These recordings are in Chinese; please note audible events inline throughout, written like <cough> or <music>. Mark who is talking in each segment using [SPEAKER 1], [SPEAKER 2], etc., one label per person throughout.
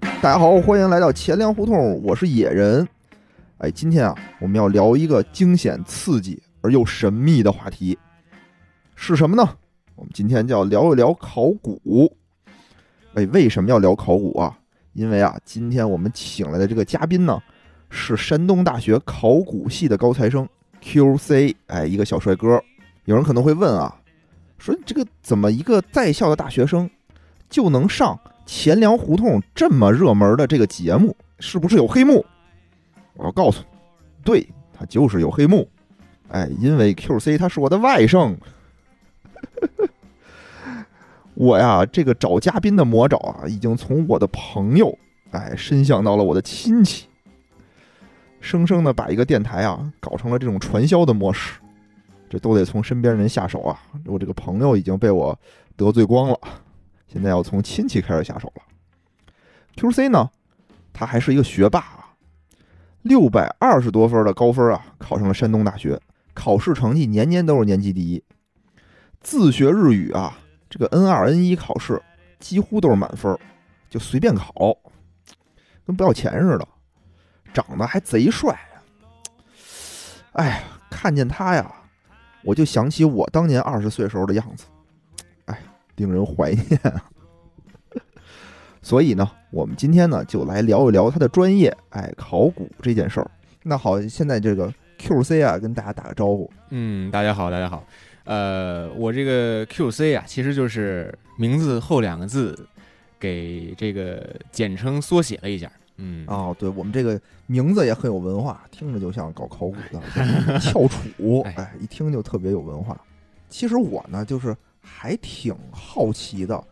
[SPEAKER 1] 大家好，欢迎来到钱粮胡同，我是野人。哎，今天啊，我们要聊一个惊险、刺激而又神秘的话题，是什么呢？我们今天就要聊一聊考古。哎，为什么要聊考古啊？因为啊，今天我们请来的这个嘉宾呢，是山东大学考古系的高材生 QC，哎，一个小帅哥。有人可能会问啊，说这个怎么一个在校的大学生就能上钱粮胡同这么热门的这个节目，是不是有黑幕？我要告诉你，对，他就是有黑幕。哎，因为 QC 他是我的外甥， <laughs> 我呀，这个找嘉宾的魔爪啊，已经从我的朋友，哎，伸向到了我的亲戚，生生的把一个电台啊搞成了这种传销的模式，这都得从身边人下手啊。我这个朋友已经被我得罪光了，现在要从亲戚开始下手了。QC 呢，他还是一个学霸啊，六百二十多分的高分啊，考上了山东大学，考试成绩年年都是年级第一。自学日语啊，这个 N 二 N 一考试几乎都是满分儿，就随便考，跟不要钱似的。长得还贼帅，啊哎呀，看见他呀，我就想起我当年二十岁时候的样子，哎，令人怀念啊。所以呢，我们今天呢就来聊一聊他的专业，哎，考古这件事儿。那好，现在这个 QC 啊，跟大家打个招呼，
[SPEAKER 2] 嗯，大家好，大家好。呃，我这个 QC 啊，其实就是名字后两个字给这个简称缩写了一下。嗯，
[SPEAKER 1] 哦，对我们这个名字也很有文化，听着就像搞考古
[SPEAKER 2] <laughs>
[SPEAKER 1] 的，翘楚，
[SPEAKER 2] 哎
[SPEAKER 1] 哎，一听就特别有文化。其实我呢，就是还挺好奇的，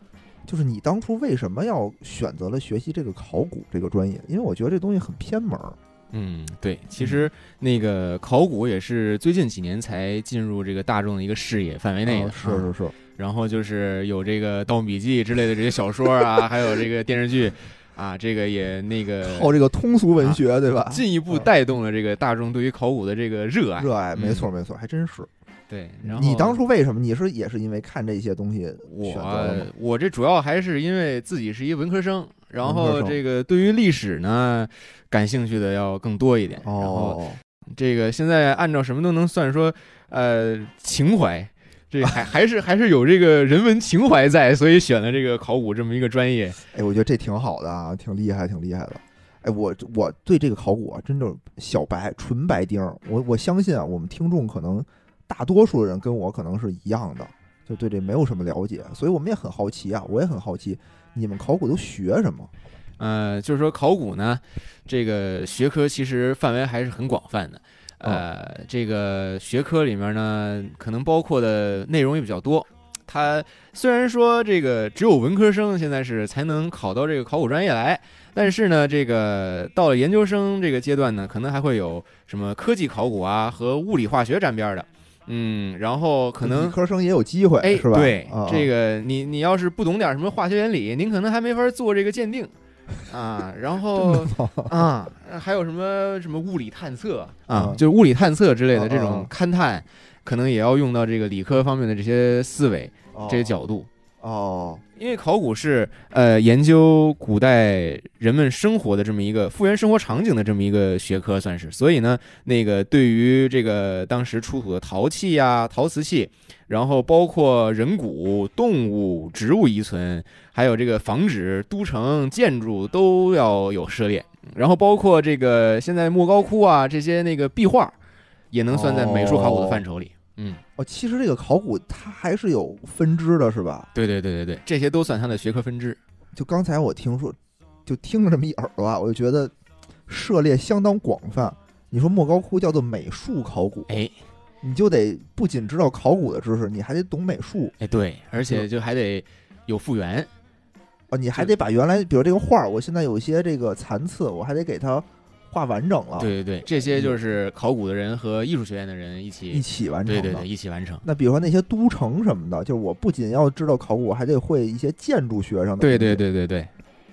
[SPEAKER 1] 就是你当初为什么要选择了学习这个考古这个专业？因为我觉得这东西很偏门儿。
[SPEAKER 2] 嗯，对，其实那个考古也是最近几年才进入这个大众的一个视野范围内的。
[SPEAKER 1] 哦是
[SPEAKER 2] 啊
[SPEAKER 1] 是是，
[SPEAKER 2] 然后就是有这个《盗墓笔记》之类的这些小说啊，还有这个电视剧啊，这个也那
[SPEAKER 1] 靠
[SPEAKER 2] 个
[SPEAKER 1] 这个通俗文学，对吧？
[SPEAKER 2] 进一步
[SPEAKER 1] 啊
[SPEAKER 2] 带动了这个大众对于考古的这个热爱。
[SPEAKER 1] 热爱，
[SPEAKER 2] 嗯
[SPEAKER 1] 没错没错，还真是。
[SPEAKER 2] 对，然后
[SPEAKER 1] 你当初为什么？你是也是因为看这些东西选择的吗
[SPEAKER 2] 我？我这主要还是因为自己是一文科生，然
[SPEAKER 1] 文科
[SPEAKER 2] 后
[SPEAKER 1] 生
[SPEAKER 2] 这个对于历史呢感兴趣的要更多一点。然后
[SPEAKER 1] 哦，
[SPEAKER 2] 这个现在按照什么都能算说，呃，情怀，
[SPEAKER 1] <laughs>
[SPEAKER 2] 这还还是还是有这个人文情怀在，所以选了这个考古这么一个专业。
[SPEAKER 1] 哎，我觉得这挺好的啊，挺厉害，挺厉害的。哎，我我对这个考古啊，真的小白纯白丁儿。我我相信啊，我们听众可能大多数人跟我可能是一样的，就对这没有什么了解，所以我们也很好奇啊，我也很好奇你们考古都学什么？
[SPEAKER 2] 呃，就是说考古呢，这个学科其实范围还是很广泛的。呃，这个学科里面呢，可能包括的内容也比较多。它虽然说这个只有文科生现在是才能考到这个考古专业来，但是呢，这个到了研究生这个阶段呢，可能还会有什么科技考古啊和物理化学沾边儿的，嗯，然后可能
[SPEAKER 1] 理科生也有机会，
[SPEAKER 2] 哎，
[SPEAKER 1] 是吧？
[SPEAKER 2] 对，
[SPEAKER 1] 啊、
[SPEAKER 2] 这个你你要是不懂点什么化学原理，您可能还没法做这个鉴定
[SPEAKER 1] <laughs>
[SPEAKER 2] 啊。然后啊，还有什么什么物理探测啊
[SPEAKER 1] 啊，
[SPEAKER 2] 就是物理探测之类的这
[SPEAKER 1] 啊啊
[SPEAKER 2] 种
[SPEAKER 1] 啊
[SPEAKER 2] 勘探，可能也要用到这个理科方面的这些思维、
[SPEAKER 1] 哦
[SPEAKER 2] 这些角度。
[SPEAKER 1] 哦
[SPEAKER 2] 因为考古是呃研究古代人们生活的这么一个复原生活场景的这么一个学科，算是。所以呢，那个对于这个当时出土的陶器呀、陶瓷器，然后包括人骨、动物、植物遗存，还有这个房址、都城建筑都要有涉猎。然后包括这个现在莫高窟啊这些那个壁画，也能算在美术考古的范畴里。嗯，
[SPEAKER 1] 哦，其实这个考古它还是有分支的，是吧？
[SPEAKER 2] 对对对对对，这些都算它的学科分支。嗯
[SPEAKER 1] 就刚才我听说，就听了这么一耳朵啊，我就觉得涉猎相当广泛。你说莫高窟叫做美术考古，
[SPEAKER 2] 哎，
[SPEAKER 1] 你就得不仅知道考古的知识，你还得懂美术
[SPEAKER 2] 哎，对，而且
[SPEAKER 1] 是
[SPEAKER 2] 就还得有复原，
[SPEAKER 1] 啊，你还得把原来比如这个画儿，我现在有一些这个残次，我还得给它画完整了，，
[SPEAKER 2] 对对对，这些就是考古的人和艺术学院的人一起，
[SPEAKER 1] 嗯一起完成
[SPEAKER 2] 对
[SPEAKER 1] 的。嗯
[SPEAKER 2] 对对，一起完成。
[SPEAKER 1] 那比如说那些都城什么的，就是我不仅要知道考古，我还得会一些建筑学上的。
[SPEAKER 2] 对对。对对对，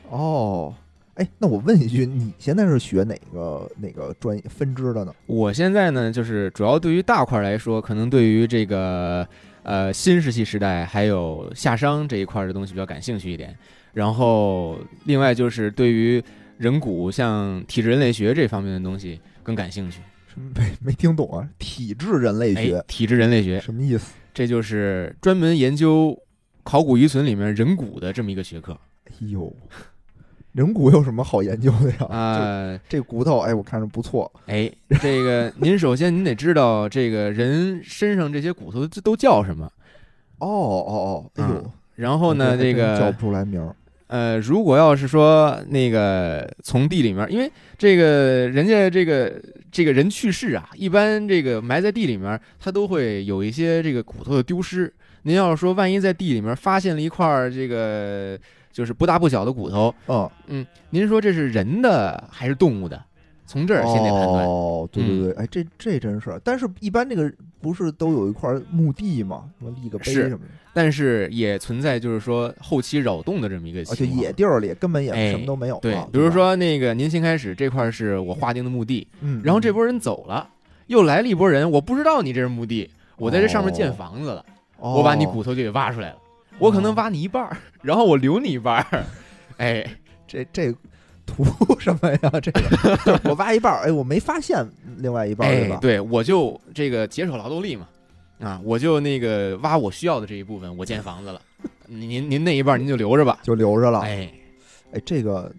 [SPEAKER 1] 哦，哎，那我问一句，你现在是学哪个哪个专业分支的呢？
[SPEAKER 2] 我现在呢，就是主要对于大块儿来说，可能对于这个呃新石器时代还有夏商这一块儿的东西比较感兴趣一点。然后另外就是对于人骨像体质人类学这方面的东西更感兴趣。
[SPEAKER 1] <laughs> 没没听懂啊？体质人类
[SPEAKER 2] 哎
[SPEAKER 1] 学、，
[SPEAKER 2] 体质人类学，
[SPEAKER 1] 什么意思？
[SPEAKER 2] 这就是专门研究考古遗存里面人骨的这么一个学科
[SPEAKER 1] 哎呦，人骨有什么好研究的呀？这
[SPEAKER 2] 啊。
[SPEAKER 1] 这骨头，哎，我看着不错。
[SPEAKER 2] 哎，这个您首先您得知道这个人身上这些骨头这都叫什么，
[SPEAKER 1] 哦哦哦，哎呦，
[SPEAKER 2] 嗯然后
[SPEAKER 1] 我 <laughs>
[SPEAKER 2] 呢，
[SPEAKER 1] 还
[SPEAKER 2] 这
[SPEAKER 1] 真叫
[SPEAKER 2] 个
[SPEAKER 1] 不出来名儿。
[SPEAKER 2] 呃，如果要是说那个从地里面，因为这个人家这个这个人去世啊，一般这个埋在地里面，他都会有一些这个骨头的丢失。您要是说万一在地里面发现了一块儿这个就是不大不小的骨头，
[SPEAKER 1] 嗯，
[SPEAKER 2] 嗯，您说这是人的还是动物的？从这儿先得判断。嗯
[SPEAKER 1] 哦，对对对，哎，这这真是，但是一般这个不是都有一块墓地嘛，什么立个碑
[SPEAKER 2] 是
[SPEAKER 1] 什么的，
[SPEAKER 2] 但是也存在就是说后期扰动的这么一个
[SPEAKER 1] 而且
[SPEAKER 2] 情况。
[SPEAKER 1] 哦野地儿里根本也
[SPEAKER 2] 哎
[SPEAKER 1] 什么都没有嘛。啊
[SPEAKER 2] 对
[SPEAKER 1] 吧，
[SPEAKER 2] 比如，说那个您先开始这块儿是我划定的墓地，
[SPEAKER 1] 嗯，
[SPEAKER 2] 然后这波人走了，又来了一波人，我不知道你这是墓地，我在这上面建房子了，
[SPEAKER 1] 哦
[SPEAKER 2] 我把你骨头就给挖出来了，我可能挖你一半儿，然后我留你一半儿，哎，
[SPEAKER 1] 这这图什么呀？这个就是我挖一半儿，哎，我没发现另外一半儿，对
[SPEAKER 2] 哎
[SPEAKER 1] 吧，？
[SPEAKER 2] 对，我就这个节省劳动力嘛，啊，我就那个挖我需要的这一部分，我建房子了，您您那一半儿您就留着吧，
[SPEAKER 1] 就留着了。
[SPEAKER 2] 哎，
[SPEAKER 1] 哎，这个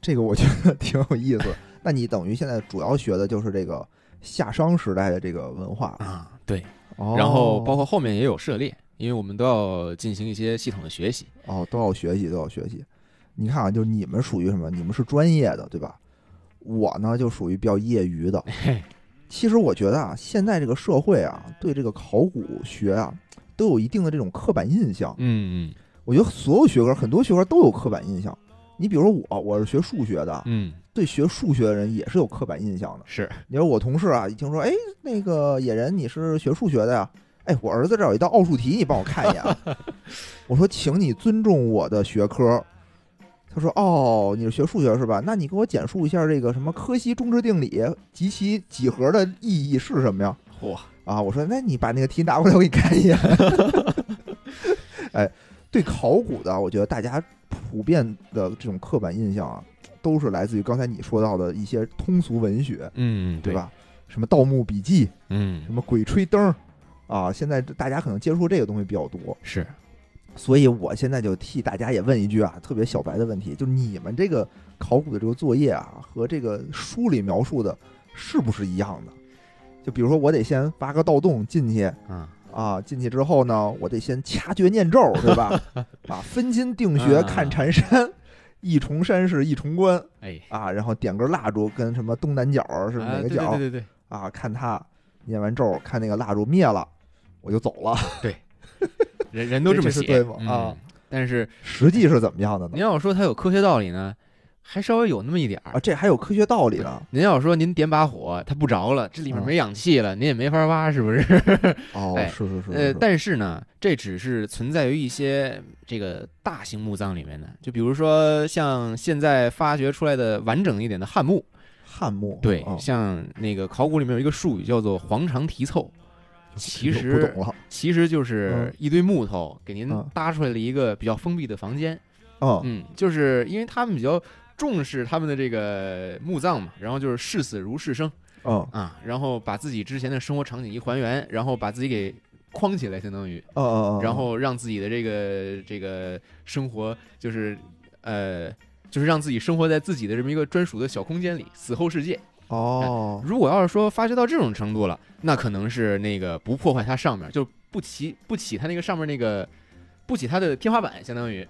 [SPEAKER 1] 这个我觉得 <laughs> 挺有意思。那你等于现在主要学的就是这个夏商时代的这个文化，
[SPEAKER 2] 啊，对。
[SPEAKER 1] 哦
[SPEAKER 2] 然后包括后面也有涉猎，因为我们都要进行一些系统的学习。
[SPEAKER 1] 哦都要学习，都要学习。你看啊，就你们属于什么？你们是专业的，对吧？我呢就属于比较业余的。其实我觉得啊，现在这个社会啊，对这个考古学啊，都有一定的这种刻板印象。
[SPEAKER 2] <laughs> 嗯
[SPEAKER 1] 我觉得所有学科，很多学科都有刻板印象。你比如说我，我是学数学的，
[SPEAKER 2] 嗯，
[SPEAKER 1] 对学数学的人也是有刻板印象的。
[SPEAKER 2] 是
[SPEAKER 1] 你说我同事啊，一听说，哎，那个野人你是学数学的呀？哎，我儿子这儿有一道奥数题，你帮我看一眼啊。我说，请你尊重我的学科。他说，哦，你是学数学是吧？那你给我简述一下这个什么柯西中值定理及其几何的意义是什么呀？
[SPEAKER 2] 嚯，
[SPEAKER 1] 啊，我说，那你把那个题拿过来，我给你看一眼。 <laughs> 哎，对考古的啊，我觉得大家普遍的这种刻板印象啊，都是来自于刚才你说到的一些通俗文学。
[SPEAKER 2] 嗯
[SPEAKER 1] 对？吧？什么《盗墓笔记》，什
[SPEAKER 2] 嗯，
[SPEAKER 1] 么《鬼吹灯》，啊，现在大家可能接触这个东西比较多，
[SPEAKER 2] 是
[SPEAKER 1] 所以我现在就替大家也问一句啊，特别小白的问题，就你们这个考古的这个作业啊，和这个书里描述的是不是一样的？就比如说，我得先挖个盗洞进去
[SPEAKER 2] 啊，
[SPEAKER 1] 啊，进去之后呢，我得先掐诀念咒，对吧？ <laughs> 啊，分金定穴，看缠山，一重山是一重关
[SPEAKER 2] 哎，
[SPEAKER 1] 啊，然后点根蜡烛，跟什么东南角是
[SPEAKER 2] 啊
[SPEAKER 1] 哪个
[SPEAKER 2] 对
[SPEAKER 1] 角？
[SPEAKER 2] 对对对对，
[SPEAKER 1] 啊，看他念完咒，看那个蜡烛灭了，我就走了。
[SPEAKER 2] 人人都
[SPEAKER 1] 这
[SPEAKER 2] 么
[SPEAKER 1] 这是
[SPEAKER 2] 写
[SPEAKER 1] 对吗
[SPEAKER 2] 嗯
[SPEAKER 1] 啊
[SPEAKER 2] 但是
[SPEAKER 1] 实际是怎么样的
[SPEAKER 2] 您
[SPEAKER 1] 呢？
[SPEAKER 2] 要说它有科学道理呢，还稍微有那么一点
[SPEAKER 1] 啊，
[SPEAKER 2] 儿。
[SPEAKER 1] 这还有科学道理
[SPEAKER 2] <laughs>
[SPEAKER 1] 呢。
[SPEAKER 2] 您要说您点把火，它不着了，这里面
[SPEAKER 1] 啊
[SPEAKER 2] 没氧气了，您也没法挖，是不是？
[SPEAKER 1] 哦，
[SPEAKER 2] 哎
[SPEAKER 1] 是是是
[SPEAKER 2] 呃，
[SPEAKER 1] 是
[SPEAKER 2] 但是呢，这只是存在于一些这个大型墓葬里面的，就比如说像现在发掘出来的完整一点的汉墓，
[SPEAKER 1] 汉墓
[SPEAKER 2] 对，
[SPEAKER 1] 啊
[SPEAKER 2] 像那个考古里面有一个术语叫做“黄肠题凑”，其
[SPEAKER 1] 这个不
[SPEAKER 2] 实嗯
[SPEAKER 1] 懂了。
[SPEAKER 2] 其实就是一堆木头给您
[SPEAKER 1] 嗯
[SPEAKER 2] 搭出来了一个比较封闭的房间。
[SPEAKER 1] 嗯，
[SPEAKER 2] 嗯，就是因为他们比较重视他们的这个墓葬嘛，然后就是视死如视生
[SPEAKER 1] 嗯
[SPEAKER 2] 啊，然后把自己之前的生活场景一还原，然后把自己给框起来，相当于，
[SPEAKER 1] 嗯嗯嗯，
[SPEAKER 2] 然后让自己的这个这个生活就是呃。就是让自己生活在自己的这么一个专属的小空间里，死后世界。
[SPEAKER 1] 哦，
[SPEAKER 2] 如果要是说发掘到这种程度了，那可能是那个不破坏它上面，就不起不起它那个上面那个不起它的天花板，相当于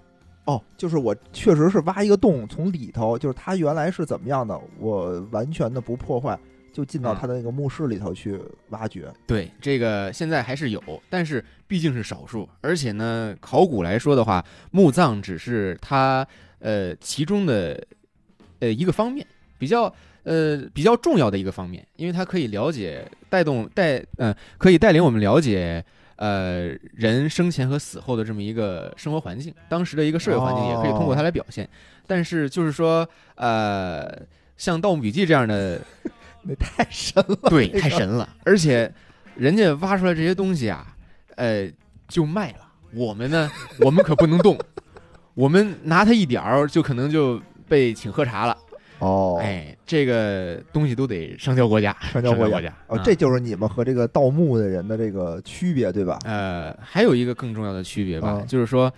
[SPEAKER 1] 哦，就是我确实是挖一个洞，从里头就是它原来是怎么样的，我完全的不破坏，就进到
[SPEAKER 2] 嗯
[SPEAKER 1] 它的那个墓室里头去挖
[SPEAKER 2] <laughs>
[SPEAKER 1] 掘。
[SPEAKER 2] 对这个现在还是有，但是毕竟是少数，而且呢，考古来说的话，墓葬只是它呃其中的呃一个方面，比较。呃，比较重要的一个方面，因为它可以了解带动带，呃，可以带领我们了解，呃，人生前和死后的这么一个生活环境，当时的一个社会环境，也可以通过它来表现。但是就是说，呃，像《盗墓笔记》这样的
[SPEAKER 1] 那太深了，
[SPEAKER 2] 对，太神了。而且人家挖出来这 <laughs> 些东西啊，呃，就卖了。我们呢，我们可不能动。我们拿它一点儿，就可能就被请喝茶了。
[SPEAKER 1] 哦，
[SPEAKER 2] <laughs> 哎，这个东西都得上交国家，
[SPEAKER 1] 上
[SPEAKER 2] 上
[SPEAKER 1] 交国
[SPEAKER 2] 国
[SPEAKER 1] 家
[SPEAKER 2] 家。
[SPEAKER 1] 哦
[SPEAKER 2] 啊，
[SPEAKER 1] 这就是你们和这个盗墓的人的这个区别，对吧？
[SPEAKER 2] 呃，还有一个更重要的区别吧
[SPEAKER 1] 啊，
[SPEAKER 2] 就是说，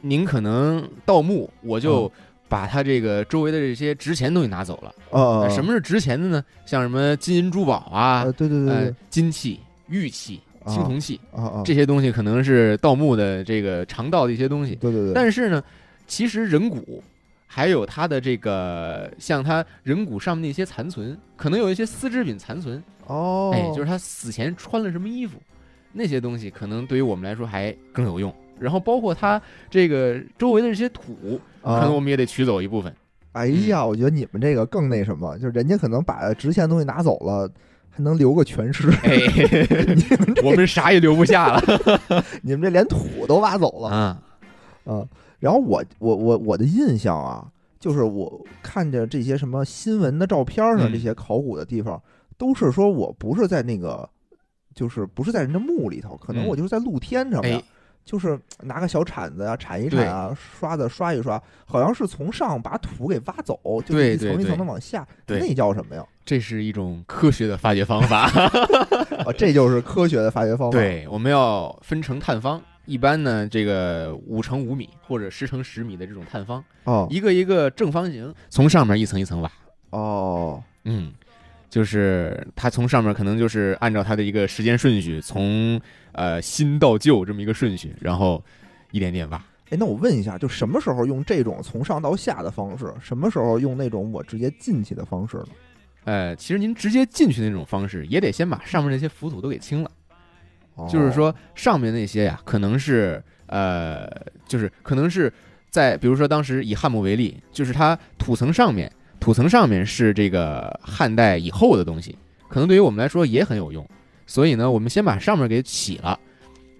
[SPEAKER 2] 您可能盗墓，我
[SPEAKER 1] 哦
[SPEAKER 2] 就把它这个周围的这些值钱东西拿走了。
[SPEAKER 1] 啊，
[SPEAKER 2] 那什么是值钱的呢？像什么金银珠宝啊
[SPEAKER 1] 啊？，对对对
[SPEAKER 2] 呃
[SPEAKER 1] 对，，
[SPEAKER 2] 金器、玉器、青
[SPEAKER 1] 啊
[SPEAKER 2] 铜器
[SPEAKER 1] 啊啊，
[SPEAKER 2] 这些东西，可能是盗墓的这个常盗的一些东西。
[SPEAKER 1] 对对对，
[SPEAKER 2] 但是呢，其实人骨还有它的这个，像它人骨上面的一些残存，可能有一些丝织品残存，
[SPEAKER 1] 哦，
[SPEAKER 2] 哎，就是他死前穿了什么衣服，那些东西可能对于我们来说还更有用。然后包括他这个周围的这些土，可能我
[SPEAKER 1] 啊，
[SPEAKER 2] 们也嗯得取走一部
[SPEAKER 1] <laughs>
[SPEAKER 2] 分。
[SPEAKER 1] 哎呀，我觉得你们这个更那什么，就是人家可能把值钱的东西拿走了，还能留个全尸， <laughs>
[SPEAKER 2] 哎，我们啥也留不下了
[SPEAKER 1] 你们这连土都挖走了
[SPEAKER 2] 啊。
[SPEAKER 1] 啊。然后我我我我的印象啊，就是我看着这些什么新闻的照片上，
[SPEAKER 2] 嗯
[SPEAKER 1] 这些考古的地方，都是说我不是在那个，就是不是在人家墓里头，可能
[SPEAKER 2] 嗯
[SPEAKER 1] 我就是在露天上面，啊
[SPEAKER 2] 哎，
[SPEAKER 1] 就是拿个小铲子啊铲一铲啊，刷子刷一刷，好像是从上把土给挖走，就是
[SPEAKER 2] 对
[SPEAKER 1] 一层一
[SPEAKER 2] 对
[SPEAKER 1] 层的
[SPEAKER 2] 对
[SPEAKER 1] 往下，
[SPEAKER 2] 对
[SPEAKER 1] 那叫什么呀？ <laughs>
[SPEAKER 2] 这是一种科学的发掘方法。
[SPEAKER 1] 啊，这就是科学的发掘方法。
[SPEAKER 2] 对，我们要分成探方。一般呢，这个五乘五米或者十乘十米的这种探方，
[SPEAKER 1] 哦
[SPEAKER 2] 一个一个正方形，从上面一层一层挖。
[SPEAKER 1] 哦
[SPEAKER 2] 嗯，就是它从上面可能就是按照它的一个时间顺序，从呃新到旧这么一个顺序，然后一点点挖。
[SPEAKER 1] 哎，那我问一下，就什么时候用这种从上到下的方式？什么时候用那种我直接进去的方式呢？
[SPEAKER 2] 呃，其实您直接进去的那种方式，也得先把上面那些浮土都给清了。
[SPEAKER 1] 哦
[SPEAKER 2] 就是，说，上面那些呀，可能是呃，就是可能是在比如说当时以汉墓为例，就是它土层上面，土层上面是这个汉代以后的东西，可能对于我们来说也很有用。所以呢，我们先把上面给起了，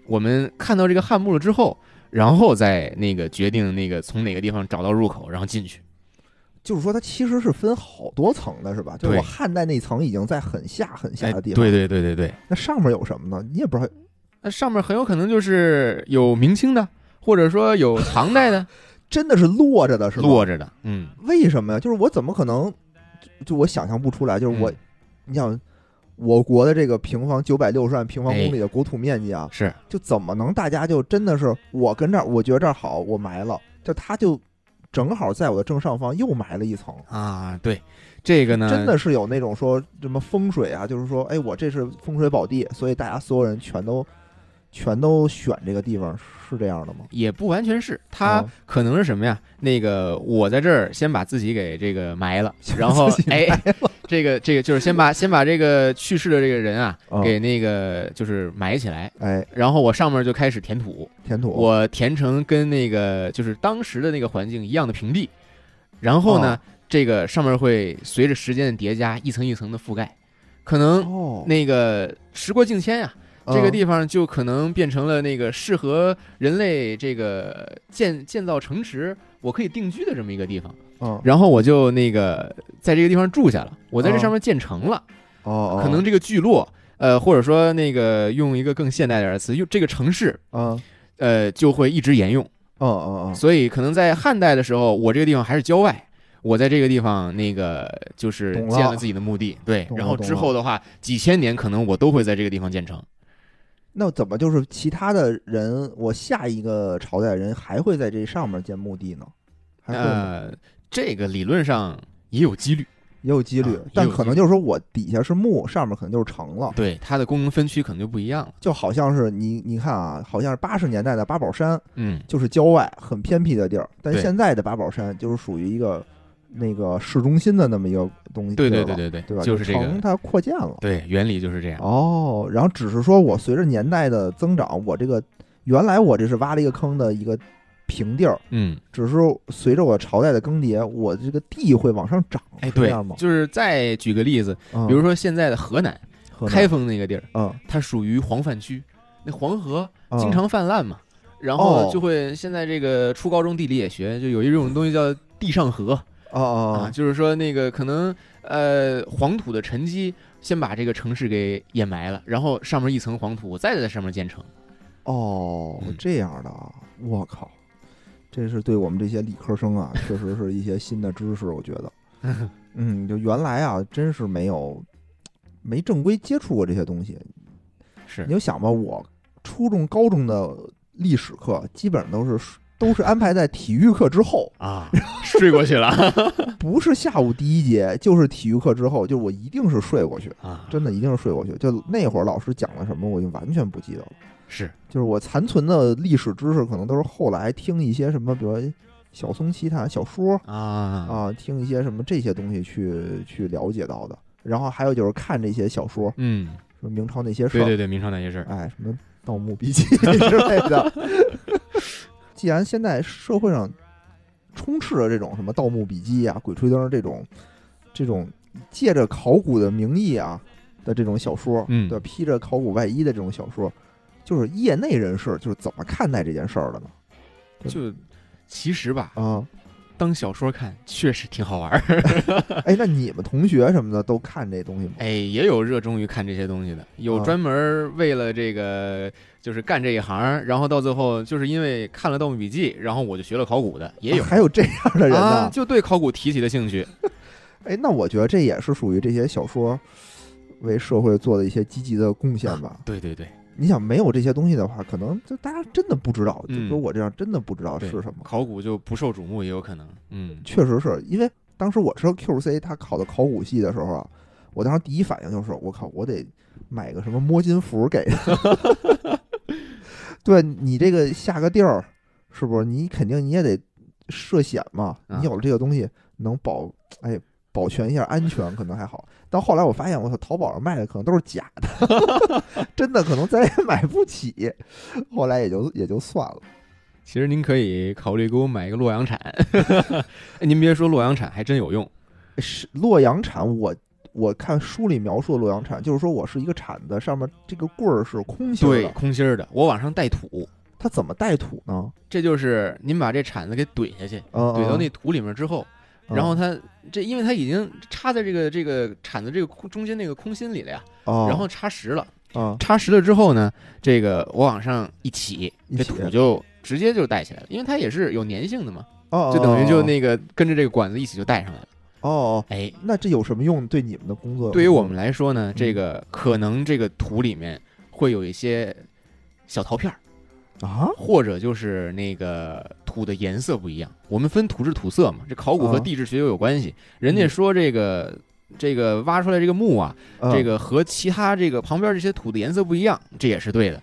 [SPEAKER 2] 我们看到这个汉墓了之后，然后再那个决定那个从哪个地方找到入口，然后进去。
[SPEAKER 1] 就是说它其实是分好多层的，是吧？就是
[SPEAKER 2] 对
[SPEAKER 1] 我汉代那层已经在很下很下
[SPEAKER 2] 哎，
[SPEAKER 1] 的地方，
[SPEAKER 2] 对对对对对。
[SPEAKER 1] 那上面有什么呢？你也不知道，
[SPEAKER 2] 那上面很有可能就是有明清的，或者说有唐代的
[SPEAKER 1] 真的是落着的，是吧？
[SPEAKER 2] 落着的，嗯。
[SPEAKER 1] 为什么呀？就是我怎么可能，就就我想象不出来，就是我，
[SPEAKER 2] 嗯
[SPEAKER 1] 你想。我国的这个平方九百六十万平方公里的国土面积啊，
[SPEAKER 2] 是
[SPEAKER 1] 就怎么能大家就真的是我跟这儿，我觉得这儿好，我埋了，就它就正好在我的正上方又埋了一层，
[SPEAKER 2] 啊，对，这个呢，
[SPEAKER 1] 真的是有那种说什么风水啊，就是说，哎，我这是风水宝地，所以大家所有人全都全都选这个地方，是这样的吗？
[SPEAKER 2] 也不完全是，它
[SPEAKER 1] 哦
[SPEAKER 2] 可能是什么呀？那个我在这儿先把自己给这个埋了，然后
[SPEAKER 1] 自己埋
[SPEAKER 2] 哎，这个这个就是先把先把这个去世的这个人啊，
[SPEAKER 1] 哦
[SPEAKER 2] 给那个就是埋起来，
[SPEAKER 1] 哎，
[SPEAKER 2] 然后我上面就开始填土，
[SPEAKER 1] 填土，
[SPEAKER 2] 我填成跟那个就是当时的那个环境一样的平地，然后呢，
[SPEAKER 1] 哦
[SPEAKER 2] 这个上面会随着时间的叠加，一层一层的覆盖，可能
[SPEAKER 1] 哦，
[SPEAKER 2] 那个时过境迁啊呀、这
[SPEAKER 1] 嗯
[SPEAKER 2] 个地方就可能变成了那个适合人类这个建建造城池，我可以定居的这么一个地方。
[SPEAKER 1] 方，嗯
[SPEAKER 2] 然后我就那个在这个地方住下了，我在这上面建城了。
[SPEAKER 1] 哦，
[SPEAKER 2] 可能这个聚落，呃，或者说那个用一个更现代点儿的词，用这个城市，
[SPEAKER 1] 嗯，
[SPEAKER 2] 呃，就会一直沿用。
[SPEAKER 1] 嗯嗯嗯，
[SPEAKER 2] 所以可能在汉代的时候，我这个地方还是郊外。我在这个地方，那个就是
[SPEAKER 1] 懂了
[SPEAKER 2] 建了自己的墓地，对
[SPEAKER 1] 懂。了
[SPEAKER 2] 然后
[SPEAKER 1] 懂
[SPEAKER 2] 之
[SPEAKER 1] 了
[SPEAKER 2] 后的话，几千年可能我都会在这个地方建城。
[SPEAKER 1] 那怎么就是其他的人，我下一个朝代人还会在这上面建墓地呢？还会吗
[SPEAKER 2] 呃，这个理论上也有几率，
[SPEAKER 1] 也有几率
[SPEAKER 2] 啊，
[SPEAKER 1] 但
[SPEAKER 2] 也有
[SPEAKER 1] 可能
[SPEAKER 2] 几
[SPEAKER 1] 就是说我底下是墓，上面可能就是城了，
[SPEAKER 2] 对它的功能分区可能就不一样了。
[SPEAKER 1] 就好像是你你看啊，好像是八十年代的八宝山，
[SPEAKER 2] 嗯，
[SPEAKER 1] 就是郊外很偏僻的地儿，但
[SPEAKER 2] 对
[SPEAKER 1] 现在的八宝山就是属于一个那个市中心的那么一个东西地
[SPEAKER 2] 对
[SPEAKER 1] 儿了，
[SPEAKER 2] 对对对对，
[SPEAKER 1] 对吧？
[SPEAKER 2] 就是这
[SPEAKER 1] 城
[SPEAKER 2] 个，哎
[SPEAKER 1] 它扩建了，
[SPEAKER 2] 对，原理就是这样。
[SPEAKER 1] 哦，然后只是说我随着年代的增长，我这个原来我这是挖了一个坑的一个平地儿，
[SPEAKER 2] 嗯，
[SPEAKER 1] 只是随着我朝代的更迭，我这个地会往上涨，
[SPEAKER 2] 哎，
[SPEAKER 1] 是这
[SPEAKER 2] 对
[SPEAKER 1] 样吗，？
[SPEAKER 2] 就是再举个例子，
[SPEAKER 1] 嗯
[SPEAKER 2] 比如说现在的河南
[SPEAKER 1] 河南
[SPEAKER 2] 开封那个地儿，
[SPEAKER 1] 嗯，
[SPEAKER 2] 它属于黄泛区，那黄河
[SPEAKER 1] 嗯
[SPEAKER 2] 经常泛滥嘛，然
[SPEAKER 1] 哦
[SPEAKER 2] 后就会现在这个初高中地理也学，就有一种东西叫地上河
[SPEAKER 1] 哦哦
[SPEAKER 2] 啊，
[SPEAKER 1] 哦
[SPEAKER 2] 就是说那个可能呃黄土的沉积。先把这个城市给掩埋了，然后上面一层黄土，再在上面建城。
[SPEAKER 1] 哦
[SPEAKER 2] 嗯
[SPEAKER 1] 这样的啊，我靠，这是对我们这些理科生啊，确实是一些新的知识，我觉
[SPEAKER 2] <laughs>
[SPEAKER 1] 得，嗯，就原来啊，真是没有没正规接触过这些东西。
[SPEAKER 2] 是
[SPEAKER 1] 你就想吧，我初中、高中的历史课基本上都是都是安排在体育课之后，
[SPEAKER 2] 啊，睡过去了
[SPEAKER 1] <laughs> 不是下午第一节，就是体育课之后，就是我一定是睡过去，
[SPEAKER 2] 啊，
[SPEAKER 1] 真的一定是睡过去。就那会儿老师讲了什么，我就完全不记得了。
[SPEAKER 2] 是
[SPEAKER 1] 就是我残存的历史知识，可能都是后来听一些什么，比如说小松奇谈小说
[SPEAKER 2] 啊，
[SPEAKER 1] 啊，听一些什么这些东西去去了解到的。然后还有就是看这些小说，
[SPEAKER 2] 嗯，
[SPEAKER 1] 什么明朝那些事
[SPEAKER 2] 对
[SPEAKER 1] 儿，
[SPEAKER 2] 对对，明朝那些事儿，
[SPEAKER 1] 哎，什么《盗墓笔记》 <laughs> 之类的。 <laughs> 既然现在社会上充斥着这种什么《盗墓笔记》啊、《鬼吹灯》这种这种借着考古的名义啊的这种小说，
[SPEAKER 2] 嗯
[SPEAKER 1] 对，披着考古外衣的这种小说，就是业内人士就是怎么看待这件事儿的呢？
[SPEAKER 2] 就其实吧，
[SPEAKER 1] 啊、
[SPEAKER 2] 当小说看确实挺好玩儿，
[SPEAKER 1] 哎，那你们同学什么的都看这东西吗？
[SPEAKER 2] 哎，也有热衷于看这些东西的，有
[SPEAKER 1] 啊
[SPEAKER 2] 专门儿为了这个就是干这一行儿，然后到最后就是因为看了《盗墓笔记》，然后我就学了考古的，也有
[SPEAKER 1] 啊还有这样的人呢、
[SPEAKER 2] 啊，就对考古提起了兴趣，
[SPEAKER 1] 哎，那我觉得这也是属于这些小说为社会做的一些积极的贡献吧。
[SPEAKER 2] 对对对，
[SPEAKER 1] 你想没有这些东西的话，可能就大家真的不知道，就
[SPEAKER 2] 嗯
[SPEAKER 1] 说我这样真的不知道
[SPEAKER 2] 对
[SPEAKER 1] 哦是什么。
[SPEAKER 2] 考古就不受瞩目也有可能，嗯
[SPEAKER 1] 确实是因为当时我知道 QC 他考的考古系的时候啊，我当时第一反应就是我靠，我得买个什么摸金符给他。 <laughs> 对你这个下个地儿，是不是你肯定你也得涉险嘛？
[SPEAKER 2] 啊
[SPEAKER 1] 你有了这个东西能保，哎，保全一下安全可能还好。但后来我发现，我操，淘宝上卖的可能都是假的， <laughs> 真的可能咱也买不起。后来也就也就算了。
[SPEAKER 2] 其实您可以考虑给我买一个
[SPEAKER 1] <laughs>
[SPEAKER 2] 洛阳铲，哎您别说洛阳铲还真有用，
[SPEAKER 1] 是洛阳铲，我我看书里描述的洛阳铲，就是说我是一个铲子，上面这个棍儿是空心儿
[SPEAKER 2] 对，
[SPEAKER 1] 的，
[SPEAKER 2] 空心儿的，我往上带土，
[SPEAKER 1] 它怎么带土呢？
[SPEAKER 2] 这就是您把这铲子给怼下去，
[SPEAKER 1] 嗯，
[SPEAKER 2] 怼到那
[SPEAKER 1] 嗯，
[SPEAKER 2] 土里面之后，
[SPEAKER 1] 嗯
[SPEAKER 2] 然后它这因为它已经插在这个这个铲子这个空中间那个空心里了呀，
[SPEAKER 1] 哦
[SPEAKER 2] 然后插实了，
[SPEAKER 1] 啊，
[SPEAKER 2] 插实了之后呢，这个我往上一起，
[SPEAKER 1] 一
[SPEAKER 2] 这
[SPEAKER 1] 起
[SPEAKER 2] 土就直接就带起来了，因为它也是有粘性的嘛，
[SPEAKER 1] 哦
[SPEAKER 2] 就等于就那个跟着这个管子一起就带上来了。
[SPEAKER 1] 哦哦，
[SPEAKER 2] 哎，
[SPEAKER 1] 那这有什么用？对你们的工作有什么用？
[SPEAKER 2] 对于我们来说
[SPEAKER 1] 嗯
[SPEAKER 2] 呢，这个可能这个土里面会有一些小陶片儿，
[SPEAKER 1] 啊，
[SPEAKER 2] 或者就是那个土的颜色不一样。我们分土质土色嘛，这考古和
[SPEAKER 1] 啊
[SPEAKER 2] 地质学又有关系。人家说这个这个挖出来这个墓啊，
[SPEAKER 1] 嗯
[SPEAKER 2] 这个和其他这个旁边这些土的颜色不一样，这也是对的。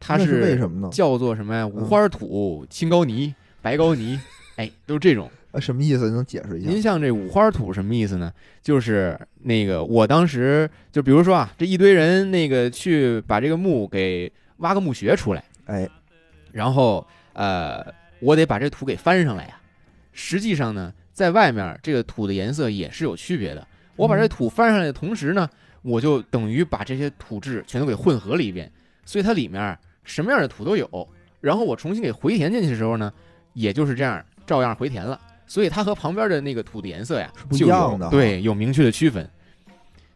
[SPEAKER 2] 它
[SPEAKER 1] 那是为
[SPEAKER 2] 是
[SPEAKER 1] 什么嗯呢？
[SPEAKER 2] 叫做什么呀？五花土、青高泥、白高泥， <laughs> 哎，都是这种。
[SPEAKER 1] 呃什么意思？能解释一
[SPEAKER 2] 您
[SPEAKER 1] 下？
[SPEAKER 2] 像这五花土什么意思呢？就是那个我当时就比如说啊，这一堆人那个去把这个墓给挖个墓穴出来，
[SPEAKER 1] 哎，
[SPEAKER 2] 然后呃，我得把这土给翻上来呀、实际上呢，在外面这个土的颜色也是有区别的。我把这土翻上来的同时呢，我就等于把这些土质全都给混合了一遍，所以它里面什么样的土都有。然后我重新给回填进去的时候呢，也就是这样，照样回填了。所以它和旁边的那个土的颜色呀
[SPEAKER 1] 是不一
[SPEAKER 2] 就有
[SPEAKER 1] 样的哈
[SPEAKER 2] 对，有明确的区分。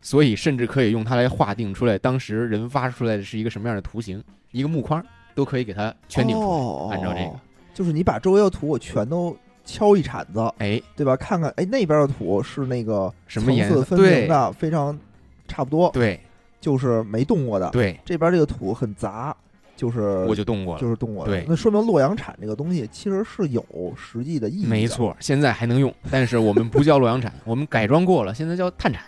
[SPEAKER 2] 所以甚至可以用它来划定出来当时人挖出来的是一个什么样的图形，一个木框都可以给它圈顶出来。
[SPEAKER 1] 哦
[SPEAKER 2] 按照这个，
[SPEAKER 1] 就是你把周围的土我全都敲一铲子，
[SPEAKER 2] 哎，
[SPEAKER 1] 对吧？看看，哎，那边的土是那个
[SPEAKER 2] 什么颜
[SPEAKER 1] 层
[SPEAKER 2] 色？
[SPEAKER 1] 次分明
[SPEAKER 2] 对
[SPEAKER 1] 的，非常差不多，
[SPEAKER 2] 对
[SPEAKER 1] 就是没动过的。
[SPEAKER 2] 对，
[SPEAKER 1] 这边这个土很杂，就是
[SPEAKER 2] 我就动过了。
[SPEAKER 1] 呃就是动过的。
[SPEAKER 2] 对
[SPEAKER 1] 那说明洛阳铲这个东西其实是有实际的意义啊的。
[SPEAKER 2] 没，错，现在还能用，但是我们不叫洛阳铲，我们改装过了，现在叫碳铲。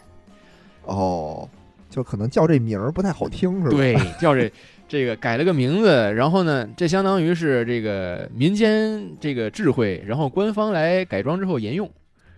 [SPEAKER 1] 哦，就可能叫这名儿不太好听，是吧？，
[SPEAKER 2] 对，
[SPEAKER 1] <laughs>
[SPEAKER 2] 叫这这个改了个名字，然后呢，这相当于是这个民间这个智慧，然后官方来改装之后沿用。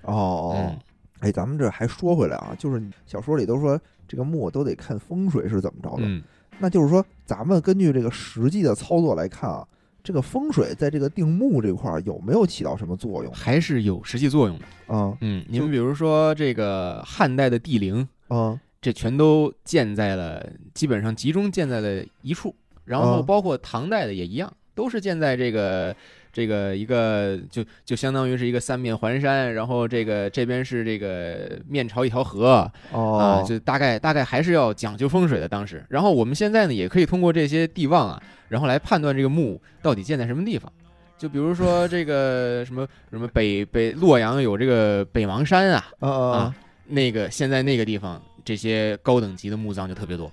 [SPEAKER 1] 哦哦
[SPEAKER 2] 嗯，，
[SPEAKER 1] 哎，咱们这还说回来啊，就是小说里都说这个墓都得看风水是怎么着的，
[SPEAKER 2] 嗯，
[SPEAKER 1] 那就是说咱们根据这个实际的操作来看啊。这个风水在这个定墓这块儿有没有起到什么作用
[SPEAKER 2] 还是有实际作用的。
[SPEAKER 1] 啊？
[SPEAKER 2] 嗯，
[SPEAKER 1] 就
[SPEAKER 2] 您比如说这个汉代的帝陵，
[SPEAKER 1] 啊
[SPEAKER 2] 这全都建在了，基本上集中建在了一处，然后
[SPEAKER 1] 啊
[SPEAKER 2] 包括唐代的也一样，都是建在这个这个一个就就相当于是一个三面环山，然后这个这边是这个面朝一条河啊，
[SPEAKER 1] 哦，
[SPEAKER 2] 就大概大概还是要讲究风水的当时。然后我们现在呢，也可以通过这些地望啊，然后来判断这个墓到底建在什么地方。就比如说这个什么什么北北洛阳有这个北邙山啊，
[SPEAKER 1] 啊啊
[SPEAKER 2] 啊，那个现在那个地方这些高等级的墓葬就特别多。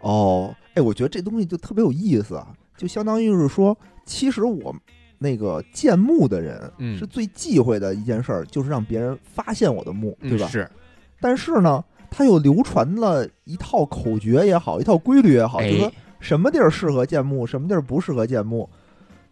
[SPEAKER 1] 哦，哎，我觉得这东西就特别有意思啊，就相当于是说，其实我那个建墓的人
[SPEAKER 2] 嗯
[SPEAKER 1] 是最忌讳的一件事儿，就是让别人发现我的墓，
[SPEAKER 2] 嗯
[SPEAKER 1] 对吧？
[SPEAKER 2] 是，
[SPEAKER 1] 但是呢，他又流传了一套口诀也好，一套规律也好，就说
[SPEAKER 2] 哎，
[SPEAKER 1] 什么地儿适合建墓，什么地儿不适合建墓。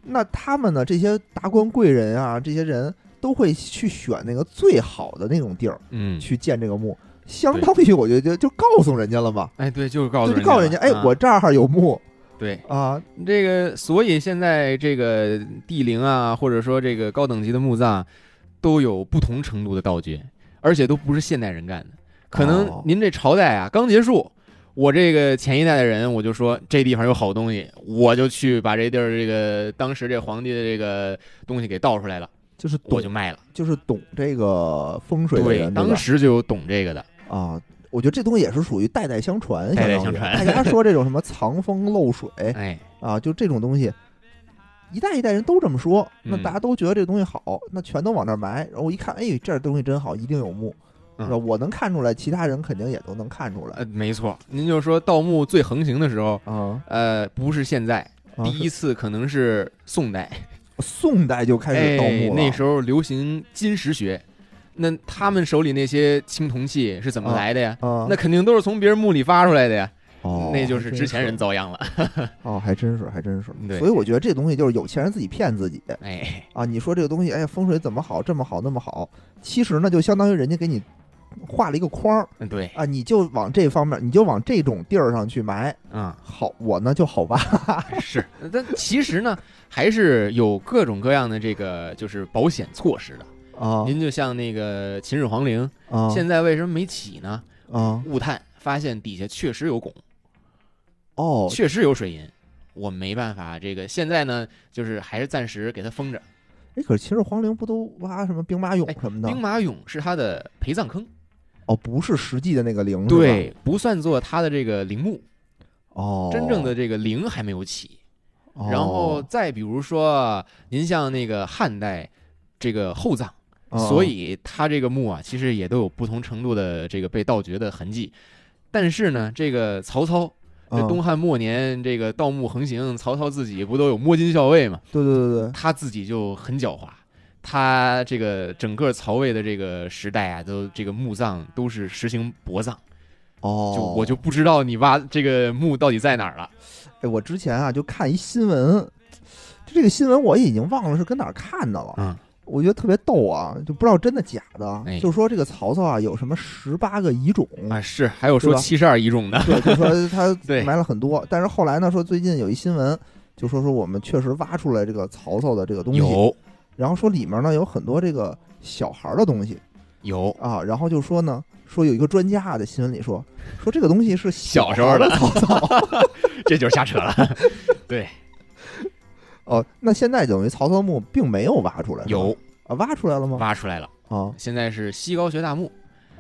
[SPEAKER 1] 那他们呢，这些达官贵人啊，这些人都会去选那个最好的那种地儿
[SPEAKER 2] 嗯，
[SPEAKER 1] 去建这个墓，相当于我觉得就就告诉人家了嘛，
[SPEAKER 2] 哎，对，就是告诉
[SPEAKER 1] 就是告诉人家，
[SPEAKER 2] 家，
[SPEAKER 1] 哎，
[SPEAKER 2] 啊
[SPEAKER 1] 我这儿有墓
[SPEAKER 2] 对
[SPEAKER 1] 啊，
[SPEAKER 2] 这个，所以现在这个地陵啊，或者说这个高等级的墓葬，都有不同程度的盗掘，而且都不是现代人干的。可能
[SPEAKER 1] 哦
[SPEAKER 2] 您这朝代啊刚结束，我这个前一代的人，我就说这地方有好东西，我就去把这地儿这个当时这皇帝的这个东西给盗出来了，
[SPEAKER 1] 就是
[SPEAKER 2] 我
[SPEAKER 1] 懂
[SPEAKER 2] 就卖了。
[SPEAKER 1] 就是懂这个风水的人，对吧
[SPEAKER 2] 当时就有懂这个的，
[SPEAKER 1] 啊。我觉得这东西也是属于代代相传，
[SPEAKER 2] 代代
[SPEAKER 1] 相当于
[SPEAKER 2] 相传
[SPEAKER 1] 大家说这种什么藏风漏水，
[SPEAKER 2] 哎，
[SPEAKER 1] 啊，就这种东西，一代一代人都这么说，那
[SPEAKER 2] 嗯
[SPEAKER 1] 大家都觉得这东西好，那全都往那儿埋。然后我一看，哎，这儿东西真好，一定有墓。
[SPEAKER 2] 嗯
[SPEAKER 1] 是吧我能看出来，其他人肯定也都能看出来
[SPEAKER 2] 呃，没错，您就说盗墓最横行的时候，
[SPEAKER 1] 啊。
[SPEAKER 2] 呃，不是现在，
[SPEAKER 1] 啊
[SPEAKER 2] 第一
[SPEAKER 1] 是
[SPEAKER 2] 次可能是宋代，
[SPEAKER 1] 宋代就开始盗墓了，
[SPEAKER 2] 哎。那时候流行金石学，那他们手里那些青铜器是怎么
[SPEAKER 1] 啊
[SPEAKER 2] 来的呀？
[SPEAKER 1] 候啊，
[SPEAKER 2] 那肯定都是从别人墓里发出来的呀，
[SPEAKER 1] 哦，
[SPEAKER 2] 那就是之前人
[SPEAKER 1] 造
[SPEAKER 2] 遭殃了。
[SPEAKER 1] 哦，还真是还真是。
[SPEAKER 2] 对
[SPEAKER 1] 所以我觉得这东西就是有钱人自己骗自己
[SPEAKER 2] 哎，
[SPEAKER 1] 啊！你说这个东西，哎呀，风水怎么好，这么好那么好，其实呢，就相当于人家给你画了一个框儿
[SPEAKER 2] 嗯对，
[SPEAKER 1] 啊，你就往这方面，你就往这种地儿上去埋。 <laughs>
[SPEAKER 2] 啊、
[SPEAKER 1] 好，我呢就好
[SPEAKER 2] <laughs>
[SPEAKER 1] 挖啊
[SPEAKER 2] 是。但其实呢，还是有各种各样的这个就是保险措施的。
[SPEAKER 1] 啊
[SPEAKER 2] 您就像那个秦始皇陵，
[SPEAKER 1] 啊
[SPEAKER 2] 现在为什么没起呢？
[SPEAKER 1] 啊
[SPEAKER 2] 雾探发现底下确实有汞，
[SPEAKER 1] 哦
[SPEAKER 2] 确实有水银，我没办法。这个现在呢，就是还是暂时给它封着。
[SPEAKER 1] 哎，可是秦始皇陵不都挖什么兵马
[SPEAKER 2] 哎
[SPEAKER 1] 俑什么的？
[SPEAKER 2] 兵马俑是它的陪葬坑，
[SPEAKER 1] 哦，不是实际的那个陵是吧，
[SPEAKER 2] 对，不算作它的这个陵墓，
[SPEAKER 1] 哦，
[SPEAKER 2] 真正的这个陵还没有起。
[SPEAKER 1] 哦，
[SPEAKER 2] 然后再比如说，您像那个汉代这个厚葬，
[SPEAKER 1] 哦
[SPEAKER 2] 所以它这个墓啊，其实也都有不同程度的这个被盗掘的痕迹。但是呢，这个曹操这
[SPEAKER 1] 嗯
[SPEAKER 2] 东汉末年这个盗墓横行，曹操自己不都有摸金校尉嘛？
[SPEAKER 1] 对对对对，
[SPEAKER 2] 他自己就很狡猾。他这个整个曹魏的这个时代啊，都这个墓葬都是实行薄葬，
[SPEAKER 1] 哦，
[SPEAKER 2] 就我就不知道你挖这个墓到底在哪儿了。
[SPEAKER 1] 哎，我之前啊就看一新闻，就这个新闻我也已经忘了是跟哪儿看的了，
[SPEAKER 2] 嗯，
[SPEAKER 1] 我觉得特别逗啊，就不知道真的假的，
[SPEAKER 2] 哎
[SPEAKER 1] 就说这个曹操啊有什么十八个遗种。
[SPEAKER 2] 啊，是还有说
[SPEAKER 1] 对吧
[SPEAKER 2] 七十二遗种的，
[SPEAKER 1] 对，就说他
[SPEAKER 2] <laughs> 对
[SPEAKER 1] 埋了很多，但是后来呢，说最近有一新闻，就说说我们确实挖出来这个曹操的这个东西，
[SPEAKER 2] 有
[SPEAKER 1] 然后说里面呢有很多这个小孩儿的东西
[SPEAKER 2] 有
[SPEAKER 1] 啊，然后就说呢，说有一个专家啊在新闻里说，说这个东西是
[SPEAKER 2] 小时
[SPEAKER 1] 孩
[SPEAKER 2] 候
[SPEAKER 1] 儿
[SPEAKER 2] 的
[SPEAKER 1] 的
[SPEAKER 2] 曹操，这就是瞎扯了。对，
[SPEAKER 1] <laughs> 哦，那现在等于曹操墓并没有挖出来，是吧
[SPEAKER 2] 有
[SPEAKER 1] 啊，挖出来了吗？
[SPEAKER 2] 挖出来了，
[SPEAKER 1] 啊
[SPEAKER 2] 现在是西高学大墓，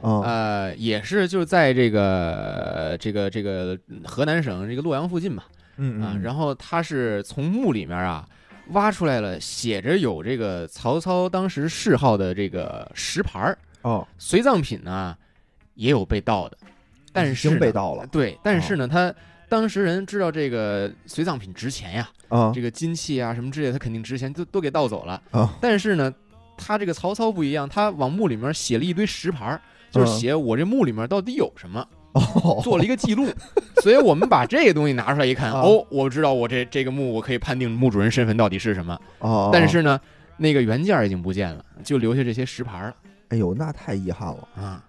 [SPEAKER 1] 啊
[SPEAKER 2] 呃，也是就在这个这个这个河南省这个洛阳附近嘛。
[SPEAKER 1] 嗯
[SPEAKER 2] 啊，
[SPEAKER 1] 后
[SPEAKER 2] 然后他是从墓里面啊挖出来了，写着有这个曹操当时谥号的这个石牌儿，
[SPEAKER 1] 哦，
[SPEAKER 2] 随葬品呢也有被盗的，但是
[SPEAKER 1] 已
[SPEAKER 2] 呢
[SPEAKER 1] 经被盗了
[SPEAKER 2] 对，但
[SPEAKER 1] 哦
[SPEAKER 2] 是呢，他当时人知道这个随葬品值钱呀，
[SPEAKER 1] 啊
[SPEAKER 2] 呃这个金器啊什么之类的，他肯定值钱，都都给盗走了。
[SPEAKER 1] 啊
[SPEAKER 2] 但是呢，他这个曹操不一样，他往墓里面写了一堆石牌儿，就是
[SPEAKER 1] 嗯
[SPEAKER 2] 写我这墓里面到底有什么。
[SPEAKER 1] 哦，
[SPEAKER 2] 做了一个记录， <laughs> 所以我们把这个东西拿出来一看，
[SPEAKER 1] 啊
[SPEAKER 2] 哦，我知道我这这个墓我可以判定墓主人身份到底是什么，
[SPEAKER 1] 哦，
[SPEAKER 2] 但是呢，那个原件已经不见了，就留下这些石牌了
[SPEAKER 1] 哎呦，那太遗憾了。
[SPEAKER 2] 啊，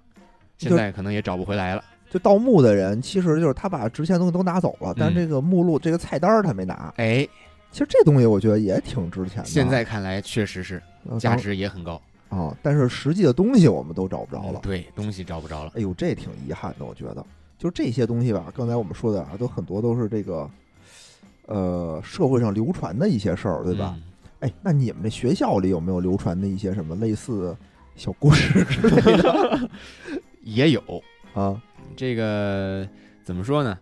[SPEAKER 1] 就
[SPEAKER 2] 现在可能也找不回来了。
[SPEAKER 1] 就盗墓的人，其实就是他把值钱的东西都拿走了，但
[SPEAKER 2] 嗯
[SPEAKER 1] 这个目录、这个菜单儿他没拿。
[SPEAKER 2] 哎，
[SPEAKER 1] 其实这东西我觉得也挺值钱的，
[SPEAKER 2] 现在看来确实是
[SPEAKER 1] 呃
[SPEAKER 2] 价
[SPEAKER 1] 当
[SPEAKER 2] 值也很高，
[SPEAKER 1] 啊，但是实际的东西我们都找不着了
[SPEAKER 2] 嗯。对，东西找不着了，
[SPEAKER 1] 哎呦，这挺遗憾的，我觉得。就这些东西吧，刚才我们说的啊，都很多都是这个，呃，社会上流传的一些事儿，对吧？
[SPEAKER 2] 嗯？
[SPEAKER 1] 哎，那你们这学校里有没有流传的一些什么类似小故事之
[SPEAKER 2] <laughs>
[SPEAKER 1] 类的
[SPEAKER 2] 也有
[SPEAKER 1] 啊？
[SPEAKER 2] 这个怎么说呢？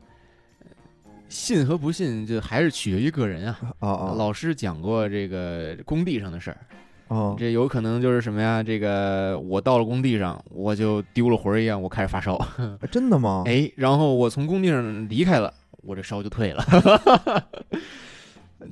[SPEAKER 2] 信和不信，就还是取决于个人啊。
[SPEAKER 1] 啊啊
[SPEAKER 2] 老师讲过这个工地上的事儿，
[SPEAKER 1] 啊！
[SPEAKER 2] 这有可能就是什么呀？这个我到了工地上，我就丢了魂儿一样，我开始发烧。
[SPEAKER 1] 哎真的吗？
[SPEAKER 2] 哎，然后我从工地上离开了，我这烧就退了。 <laughs>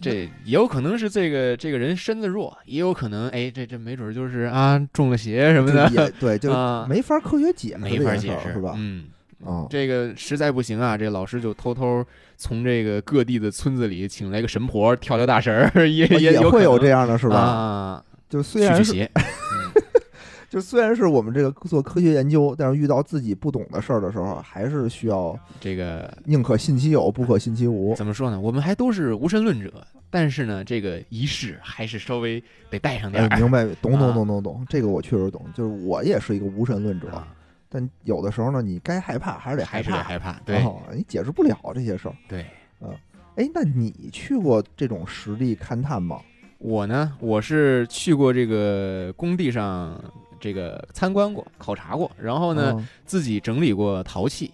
[SPEAKER 2] 这也有可能是这个这个人身子弱，也有可能哎，这这没准儿就是啊中了邪什么
[SPEAKER 1] 这也
[SPEAKER 2] 的，
[SPEAKER 1] 对，就
[SPEAKER 2] 啊
[SPEAKER 1] 没法科学解释
[SPEAKER 2] 没
[SPEAKER 1] 这
[SPEAKER 2] 法
[SPEAKER 1] 件事
[SPEAKER 2] 解
[SPEAKER 1] 儿
[SPEAKER 2] 释
[SPEAKER 1] 是吧？
[SPEAKER 2] 嗯，
[SPEAKER 1] 啊，
[SPEAKER 2] 这个实在不行啊，这老师就偷偷从这个各地的村子里请来个神婆跳跳大神儿， <laughs> 也也
[SPEAKER 1] 哦也
[SPEAKER 2] 有可
[SPEAKER 1] 会有
[SPEAKER 2] 能
[SPEAKER 1] 这样的是吧？
[SPEAKER 2] 啊，
[SPEAKER 1] 就 <laughs> 虽
[SPEAKER 2] 驱
[SPEAKER 1] 然
[SPEAKER 2] 驱
[SPEAKER 1] 是
[SPEAKER 2] 邪，
[SPEAKER 1] 就虽然是我们这个做科学研究，但是遇到自己不懂的事儿的时候，还是需要
[SPEAKER 2] 这
[SPEAKER 1] <laughs>
[SPEAKER 2] 个
[SPEAKER 1] 宁可信其有，不可信其无。
[SPEAKER 2] 怎么说呢？我们还都是无神论者，但是呢，这个仪式还是稍微得带上点
[SPEAKER 1] 哎，
[SPEAKER 2] 儿。
[SPEAKER 1] 明白，懂懂
[SPEAKER 2] 啊
[SPEAKER 1] 懂懂懂，这个我确实懂。就是我也是一个无神论者，
[SPEAKER 2] 啊
[SPEAKER 1] 但有的时候呢，你该害怕还是得害
[SPEAKER 2] 还是得
[SPEAKER 1] 怕，哦
[SPEAKER 2] 害怕，对、
[SPEAKER 1] 然后你解释不了这些事儿。
[SPEAKER 2] 对。
[SPEAKER 1] 哎，那你去过这种实地勘探吗？
[SPEAKER 2] 我呢，我是去过这个工地上这个参观过、考察过，然后呢，
[SPEAKER 1] 嗯？
[SPEAKER 2] 自己整理过陶器。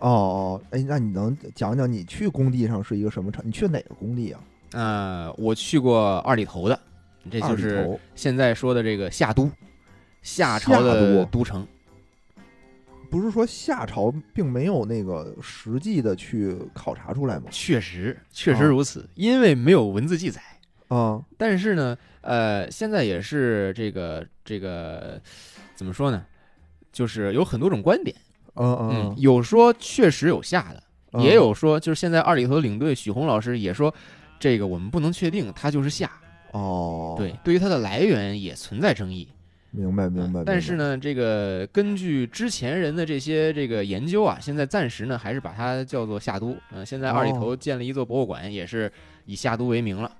[SPEAKER 1] 哦哦，哎，那你能讲讲你去工地上是一个什么场？你去哪个工地啊？
[SPEAKER 2] 呃，我去过二里头的，这
[SPEAKER 1] 二
[SPEAKER 2] 就
[SPEAKER 1] 里
[SPEAKER 2] 是
[SPEAKER 1] 头
[SPEAKER 2] 现在说的这个夏都，夏朝
[SPEAKER 1] 夏
[SPEAKER 2] 的
[SPEAKER 1] 都啊
[SPEAKER 2] 都城。
[SPEAKER 1] 不是说夏朝并没有那个实际的去考察出来吗？
[SPEAKER 2] 确实，确实
[SPEAKER 1] 哦
[SPEAKER 2] 如此，因为没有文字记载。
[SPEAKER 1] 啊，
[SPEAKER 2] 但是呢，呃，现在也是这个这个怎么说呢？就是有很多种观点，
[SPEAKER 1] 嗯嗯，
[SPEAKER 2] 有说确实有下的，
[SPEAKER 1] 嗯
[SPEAKER 2] 也有说就是现在二里头的领队许宏老师也说，这个我们不能确定它就是下，
[SPEAKER 1] 哦，
[SPEAKER 2] 对，，对于它的来源也存在争议。
[SPEAKER 1] 明白明白。
[SPEAKER 2] 啊但是
[SPEAKER 1] 呢，
[SPEAKER 2] 呢，这个根据之前人的这些这个研究啊，现在暂时呢还是把它叫做夏都。嗯、现在
[SPEAKER 1] 哦
[SPEAKER 2] 二里头建了一座博物馆，也是以夏都为名了。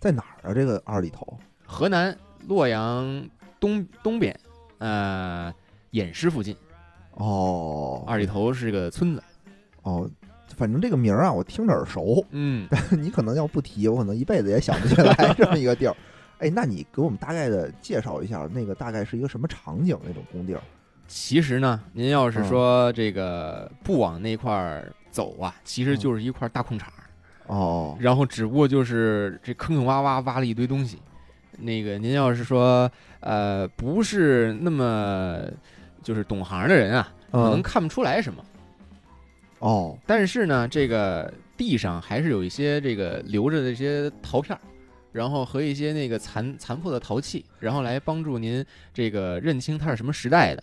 [SPEAKER 1] 在哪儿啊？这个二里头
[SPEAKER 2] 河南洛阳东东边，呃，偃师附近，
[SPEAKER 1] 哦，
[SPEAKER 2] 二里头是个村子。
[SPEAKER 1] 哦，反正这个名儿啊，我听着耳熟。 <laughs>
[SPEAKER 2] 嗯，
[SPEAKER 1] 你可能要不提，我可能一辈子也想不起
[SPEAKER 2] <laughs>
[SPEAKER 1] 来这么一个地儿。哎，那你给我们大概的介绍一下，那个大概是一个什么场景那种工地儿？
[SPEAKER 2] 其实呢，您要
[SPEAKER 1] 嗯
[SPEAKER 2] 是说这个不往那块儿走啊，其
[SPEAKER 1] 嗯
[SPEAKER 2] 实就是一块大空场，
[SPEAKER 1] 哦，
[SPEAKER 2] 然后只不过就是这坑坑洼洼挖了一堆东西。那个您要是说呃不是那么就是懂行的人啊，可能
[SPEAKER 1] 嗯，
[SPEAKER 2] 看不出来什么。
[SPEAKER 1] 哦，
[SPEAKER 2] 但是呢，这个地上还是有一些这个留着的一些陶片儿，然后和一些那个残残破的陶器，然后来帮助您这个认清它是什么时代的。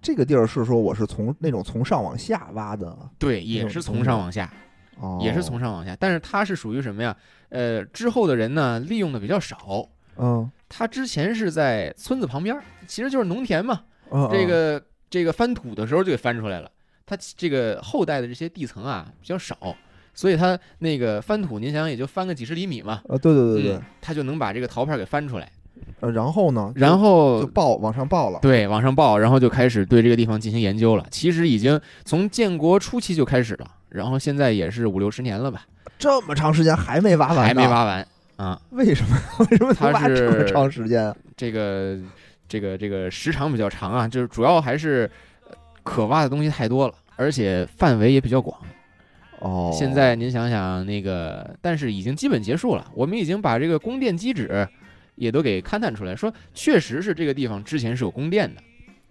[SPEAKER 1] 这个地儿是说我是从那种从上往下挖的啊，
[SPEAKER 2] 对，也是从上往下，
[SPEAKER 1] 哦，
[SPEAKER 2] 也是从上往下，但是它是属于什么呀？呃，之后的人呢，利用的比较少。
[SPEAKER 1] 嗯
[SPEAKER 2] 它之前是在村子旁边儿，其实就是农田嘛。
[SPEAKER 1] 嗯，
[SPEAKER 2] 这
[SPEAKER 1] 嗯
[SPEAKER 2] 个这个翻土的时候就给翻出来了。它这个后代的这些地层啊比较少，所以它那个翻土，您想想也就翻个几十厘米嘛，
[SPEAKER 1] 啊，对对对对
[SPEAKER 2] 嗯，，他就能把这个陶片给翻出来，
[SPEAKER 1] 呃，然后呢，就
[SPEAKER 2] 然
[SPEAKER 1] 就
[SPEAKER 2] 后
[SPEAKER 1] 报往上报了，
[SPEAKER 2] 对往上报，然后就开始对这个地方进行研究了。其实已经从建国初期就开始了，然后现在也是五六十年了吧，
[SPEAKER 1] 这么长时间还没挖完，
[SPEAKER 2] 还没，挖完啊。
[SPEAKER 1] 为什么为什么能
[SPEAKER 2] 它
[SPEAKER 1] 挖这么
[SPEAKER 2] 是
[SPEAKER 1] 长时间啊？
[SPEAKER 2] 这个这个这个时长比较长啊，就是主要还是呃可挖的东西太多了，而且范围也比较广。
[SPEAKER 1] 哦，
[SPEAKER 2] 现在您想想那个，但是已经基本结束了，我们已经把这个宫殿基址也都给勘探出来，说确实是这个地方之前是有宫殿的，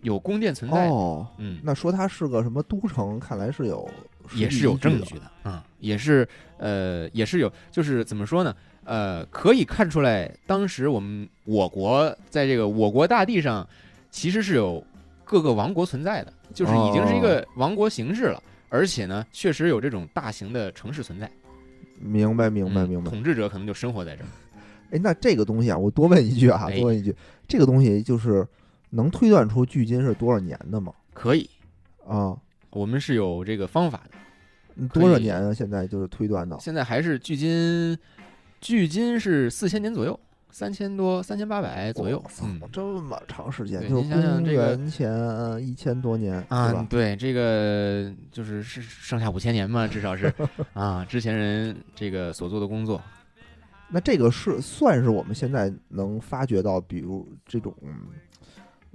[SPEAKER 2] 有宫殿存在的。
[SPEAKER 1] 哦，
[SPEAKER 2] 嗯，
[SPEAKER 1] 那说它是个什么都城，看来是有实
[SPEAKER 2] 也
[SPEAKER 1] 际
[SPEAKER 2] 是有
[SPEAKER 1] 依
[SPEAKER 2] 证
[SPEAKER 1] 的
[SPEAKER 2] 据的，嗯，也是呃，也是有，就是怎么说呢？呃，可以看出来，当时我们我国在这个我国大地上，其实是有各个王国存在的，就是已经是一
[SPEAKER 1] 哦
[SPEAKER 2] 个王国形式了，而且呢，确实有这种大型的城市存在。
[SPEAKER 1] 明白，明白，
[SPEAKER 2] 嗯
[SPEAKER 1] 明白。
[SPEAKER 2] 统治者可能就生活在这儿。
[SPEAKER 1] 哎，那这个东西啊，我多问一句啊，
[SPEAKER 2] 哎
[SPEAKER 1] 多问一句，这个东西就是能推断出距今是多少年的吗？
[SPEAKER 2] 可以，
[SPEAKER 1] 啊，
[SPEAKER 2] 我们是有这个方法的。
[SPEAKER 1] 嗯
[SPEAKER 2] 可
[SPEAKER 1] 多少
[SPEAKER 2] 以
[SPEAKER 1] 年啊？现在就是推断到
[SPEAKER 2] 现在还是距今，距今是四千年左右，三千多，三千八百左右
[SPEAKER 1] 我。操
[SPEAKER 2] 嗯，
[SPEAKER 1] 这么长时间，
[SPEAKER 2] 对
[SPEAKER 1] 就是
[SPEAKER 2] 您想想
[SPEAKER 1] 公
[SPEAKER 2] 这个
[SPEAKER 1] 元前一千多年，
[SPEAKER 2] 啊
[SPEAKER 1] 是，吧？
[SPEAKER 2] 对，这个就是是上下五千年嘛，至
[SPEAKER 1] <laughs>
[SPEAKER 2] 少是啊，之前人这个所做的工作，
[SPEAKER 1] 那这个是算是我们现在能发掘到，比如这种嗯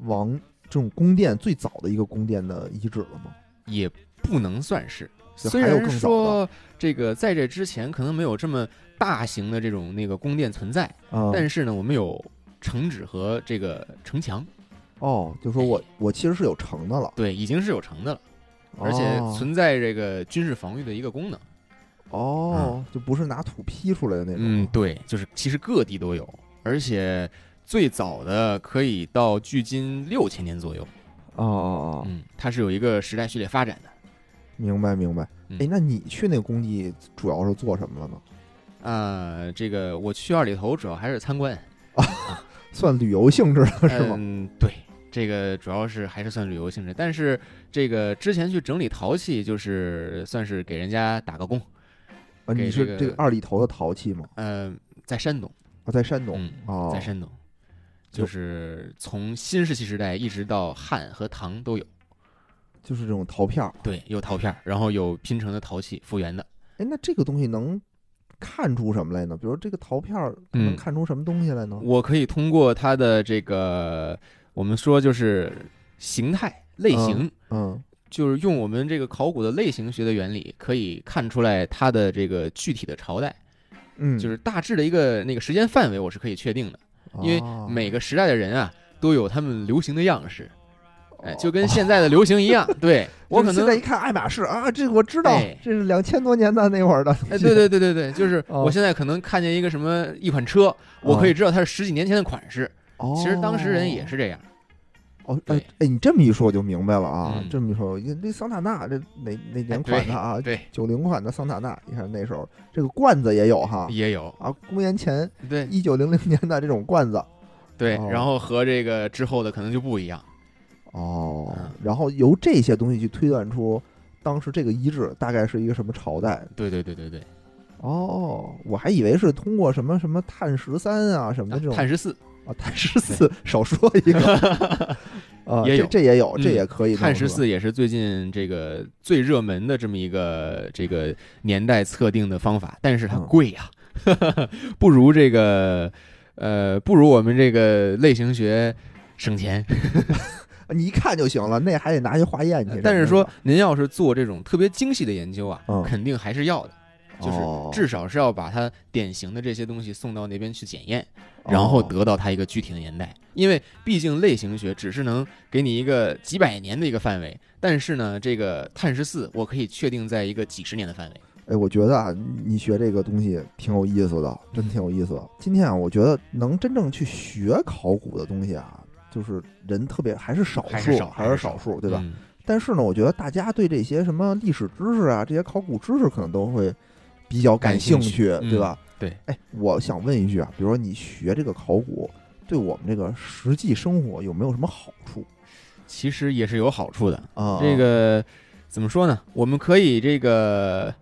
[SPEAKER 1] 王这种宫殿最早的一个宫殿的遗址了吗？
[SPEAKER 2] 也不能算是，
[SPEAKER 1] 就
[SPEAKER 2] 虽
[SPEAKER 1] 还有
[SPEAKER 2] 然
[SPEAKER 1] 更早的
[SPEAKER 2] 说这个在这之前可能没有这么大型的这种那个宫殿存在，
[SPEAKER 1] 啊，
[SPEAKER 2] 但是呢，我们有城址和这个城墙，
[SPEAKER 1] 哦，就说我我其实是有城的了，
[SPEAKER 2] 对，已经是有城的了，而且
[SPEAKER 1] 哦
[SPEAKER 2] 存在这个军事防御的一个功能。
[SPEAKER 1] 哦，就不是拿土劈出来的那种，
[SPEAKER 2] 嗯，对，就是其实各地都有，而且最早的可以到距今六千年左右。
[SPEAKER 1] 哦哦哦，
[SPEAKER 2] 嗯，它是有一个时代序列发展的。
[SPEAKER 1] 明白明白。
[SPEAKER 2] 嗯
[SPEAKER 1] 哎，那你去那个工地主要是做什么了呢？
[SPEAKER 2] 呃，这个我去二里头主要还是参观，
[SPEAKER 1] 算旅游性质的是吗？
[SPEAKER 2] 嗯，对，这个主要是还是算旅游性质，但是这个之前去整理陶器，就是算是给人家打个工。
[SPEAKER 1] 啊，
[SPEAKER 2] 给
[SPEAKER 1] 你
[SPEAKER 2] 这
[SPEAKER 1] 是
[SPEAKER 2] 个
[SPEAKER 1] 这个二里头的陶器吗？
[SPEAKER 2] 嗯、在山东，
[SPEAKER 1] 啊，在山东
[SPEAKER 2] 嗯，
[SPEAKER 1] 哦
[SPEAKER 2] 在，山东，就是从新石器时代一直到汉和唐都有，
[SPEAKER 1] 就是这种陶片儿。
[SPEAKER 2] 对，有陶片儿，然后有拼成的陶器复原的。
[SPEAKER 1] 哎，那这个东西能看出什么来呢？比如这个陶片儿
[SPEAKER 2] 嗯
[SPEAKER 1] 能看出什么东西来呢？
[SPEAKER 2] 我可以通过它的这个，我们说就是形态类型，
[SPEAKER 1] 嗯，
[SPEAKER 2] 就是用我们这个考古的类型学的原理，可以看出来它的这个具体的朝代，
[SPEAKER 1] 嗯，
[SPEAKER 2] 就是大致的一个那个时间范围，我是可以确定的，因为
[SPEAKER 1] 哦
[SPEAKER 2] 每个时代的人啊都有他们流行的样式，哎，就跟
[SPEAKER 1] 哦
[SPEAKER 2] 现在的流行一
[SPEAKER 1] <laughs>
[SPEAKER 2] 样，对我可
[SPEAKER 1] 就是现在
[SPEAKER 2] 能
[SPEAKER 1] 一。看爱马仕啊，这个我知道
[SPEAKER 2] 哎，
[SPEAKER 1] 这是两千多年的那会儿的。
[SPEAKER 2] 哎，对，对对对对，就是
[SPEAKER 1] 哦
[SPEAKER 2] 我现在可能看见一个什么一款车，我可以知道它是十几年前的款式。
[SPEAKER 1] 哦，
[SPEAKER 2] 其实当时人也是这样，
[SPEAKER 1] 哦，哎
[SPEAKER 2] 对
[SPEAKER 1] 哎，你这么一说我就明白了啊，
[SPEAKER 2] 嗯哎
[SPEAKER 1] 这么一说，因为那桑塔纳这哪哪年款的啊？
[SPEAKER 2] 对，
[SPEAKER 1] <laughs> 九零款的桑塔纳，你看那时候这个罐子也有哈
[SPEAKER 2] 也有，
[SPEAKER 1] 啊，公元前
[SPEAKER 2] 对
[SPEAKER 1] 一九零零年的这种罐子
[SPEAKER 2] 对，
[SPEAKER 1] 哦
[SPEAKER 2] 然后和这个之后的可能就不一样。
[SPEAKER 1] 哦
[SPEAKER 2] 嗯，
[SPEAKER 1] 然后由这些东西去推断出当时这个遗址大概是一个什么朝代
[SPEAKER 2] 对对对对对，
[SPEAKER 1] 哦，我还以为是通过什么什么碳十三啊什么的这种
[SPEAKER 2] 碳十四，
[SPEAKER 1] 啊，碳十四少说一
[SPEAKER 2] <laughs>
[SPEAKER 1] 个啊，这
[SPEAKER 2] 也有
[SPEAKER 1] 这也有，
[SPEAKER 2] 嗯
[SPEAKER 1] 这也可以弄
[SPEAKER 2] 碳
[SPEAKER 1] 是
[SPEAKER 2] 十
[SPEAKER 1] 吧
[SPEAKER 2] 四也是最近这个最热门的这么一个这个年代测定的方法，但是它
[SPEAKER 1] 嗯
[SPEAKER 2] 贵呀、 <laughs> 不如这个呃，不如我们这个类型学省钱。
[SPEAKER 1] 啊你一看就行了，那还得拿去化验去。
[SPEAKER 2] 呃但是
[SPEAKER 1] 是
[SPEAKER 2] 说您要是做这种特别精细的研究啊，
[SPEAKER 1] 嗯
[SPEAKER 2] 肯定还是要的，就是
[SPEAKER 1] 哦
[SPEAKER 2] 至少是要把它典型的这些东西送到那边去检验。然后
[SPEAKER 1] 得
[SPEAKER 2] 得到它一个具体的年代，因为毕竟类型学只是能给你一个几百年的一个范围，但是呢，这个碳十四我可以确定在一个几十年的范围。
[SPEAKER 1] 哎，我觉得啊，你学这个东西挺有意思的，真挺有意思的。今天啊，我觉得能真正去学考古的东西啊，就是人特别还是少数，
[SPEAKER 2] 还
[SPEAKER 1] 还
[SPEAKER 2] 是少还是
[SPEAKER 1] 少数，对吧？
[SPEAKER 2] 嗯
[SPEAKER 1] 但是呢，我觉得大家对这些什么历史知识啊，这些考古知识可能都会比较
[SPEAKER 2] 感
[SPEAKER 1] 兴
[SPEAKER 2] 兴趣嗯
[SPEAKER 1] 对吧？
[SPEAKER 2] 对。
[SPEAKER 1] 哎，我想问一句啊，比如说你学这个考古，对我们这个实际生活有没有什么好处
[SPEAKER 2] 其实也是有好处的。
[SPEAKER 1] 啊？
[SPEAKER 2] 这个怎么说呢？我们可以这个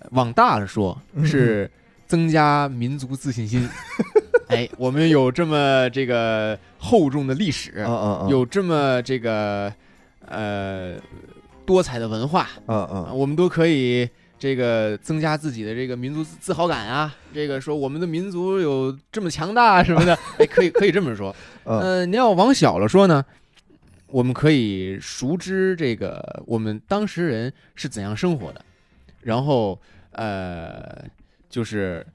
[SPEAKER 2] 呃往大了说，
[SPEAKER 1] 嗯
[SPEAKER 2] 是增加民族自
[SPEAKER 1] <laughs>
[SPEAKER 2] 信心。哎，我们有这么这个厚重的历史，
[SPEAKER 1] 啊啊啊，
[SPEAKER 2] 有这么这个呃多彩的文化，
[SPEAKER 1] 啊
[SPEAKER 2] 啊，
[SPEAKER 1] 啊
[SPEAKER 2] 我们都可以这个增加自己的这个民族自自豪感啊，这个说我们的民族有这么强大啊什么
[SPEAKER 1] <laughs>
[SPEAKER 2] 的，哎，可以可以这么说。
[SPEAKER 1] 啊
[SPEAKER 2] 呃，你要往小了说呢，我们可以熟知这个我们当时人是怎样生活的，然后呃，就是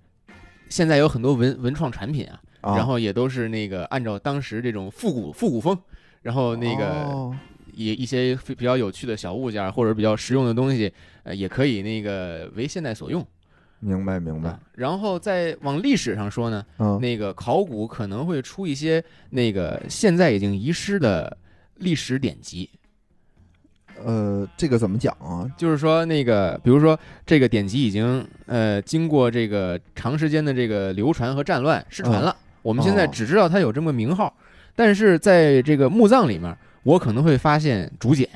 [SPEAKER 2] 现在有很多文文创产品啊，
[SPEAKER 1] 啊！
[SPEAKER 2] 然后也都是那个按照当时这种复古复古风。然后那个、
[SPEAKER 1] 哦
[SPEAKER 2] 也一些非比较有趣的小物件儿或者比较实用的东西，呃，也可以那个为现代所用。
[SPEAKER 1] 明白明白
[SPEAKER 2] 啊，然后再往历史上说呢，
[SPEAKER 1] 嗯
[SPEAKER 2] 那个考古可能会出一些那个现在已经遗失的历史典籍，
[SPEAKER 1] 呃，这个怎么讲啊？
[SPEAKER 2] 就是说那个，比如说这个典籍已经呃经过这个长时间的这个流传和战乱失传了，我们现在
[SPEAKER 1] 哦
[SPEAKER 2] 只知道它有这么个名号，但是在这个墓葬里面，我可能会发现竹简。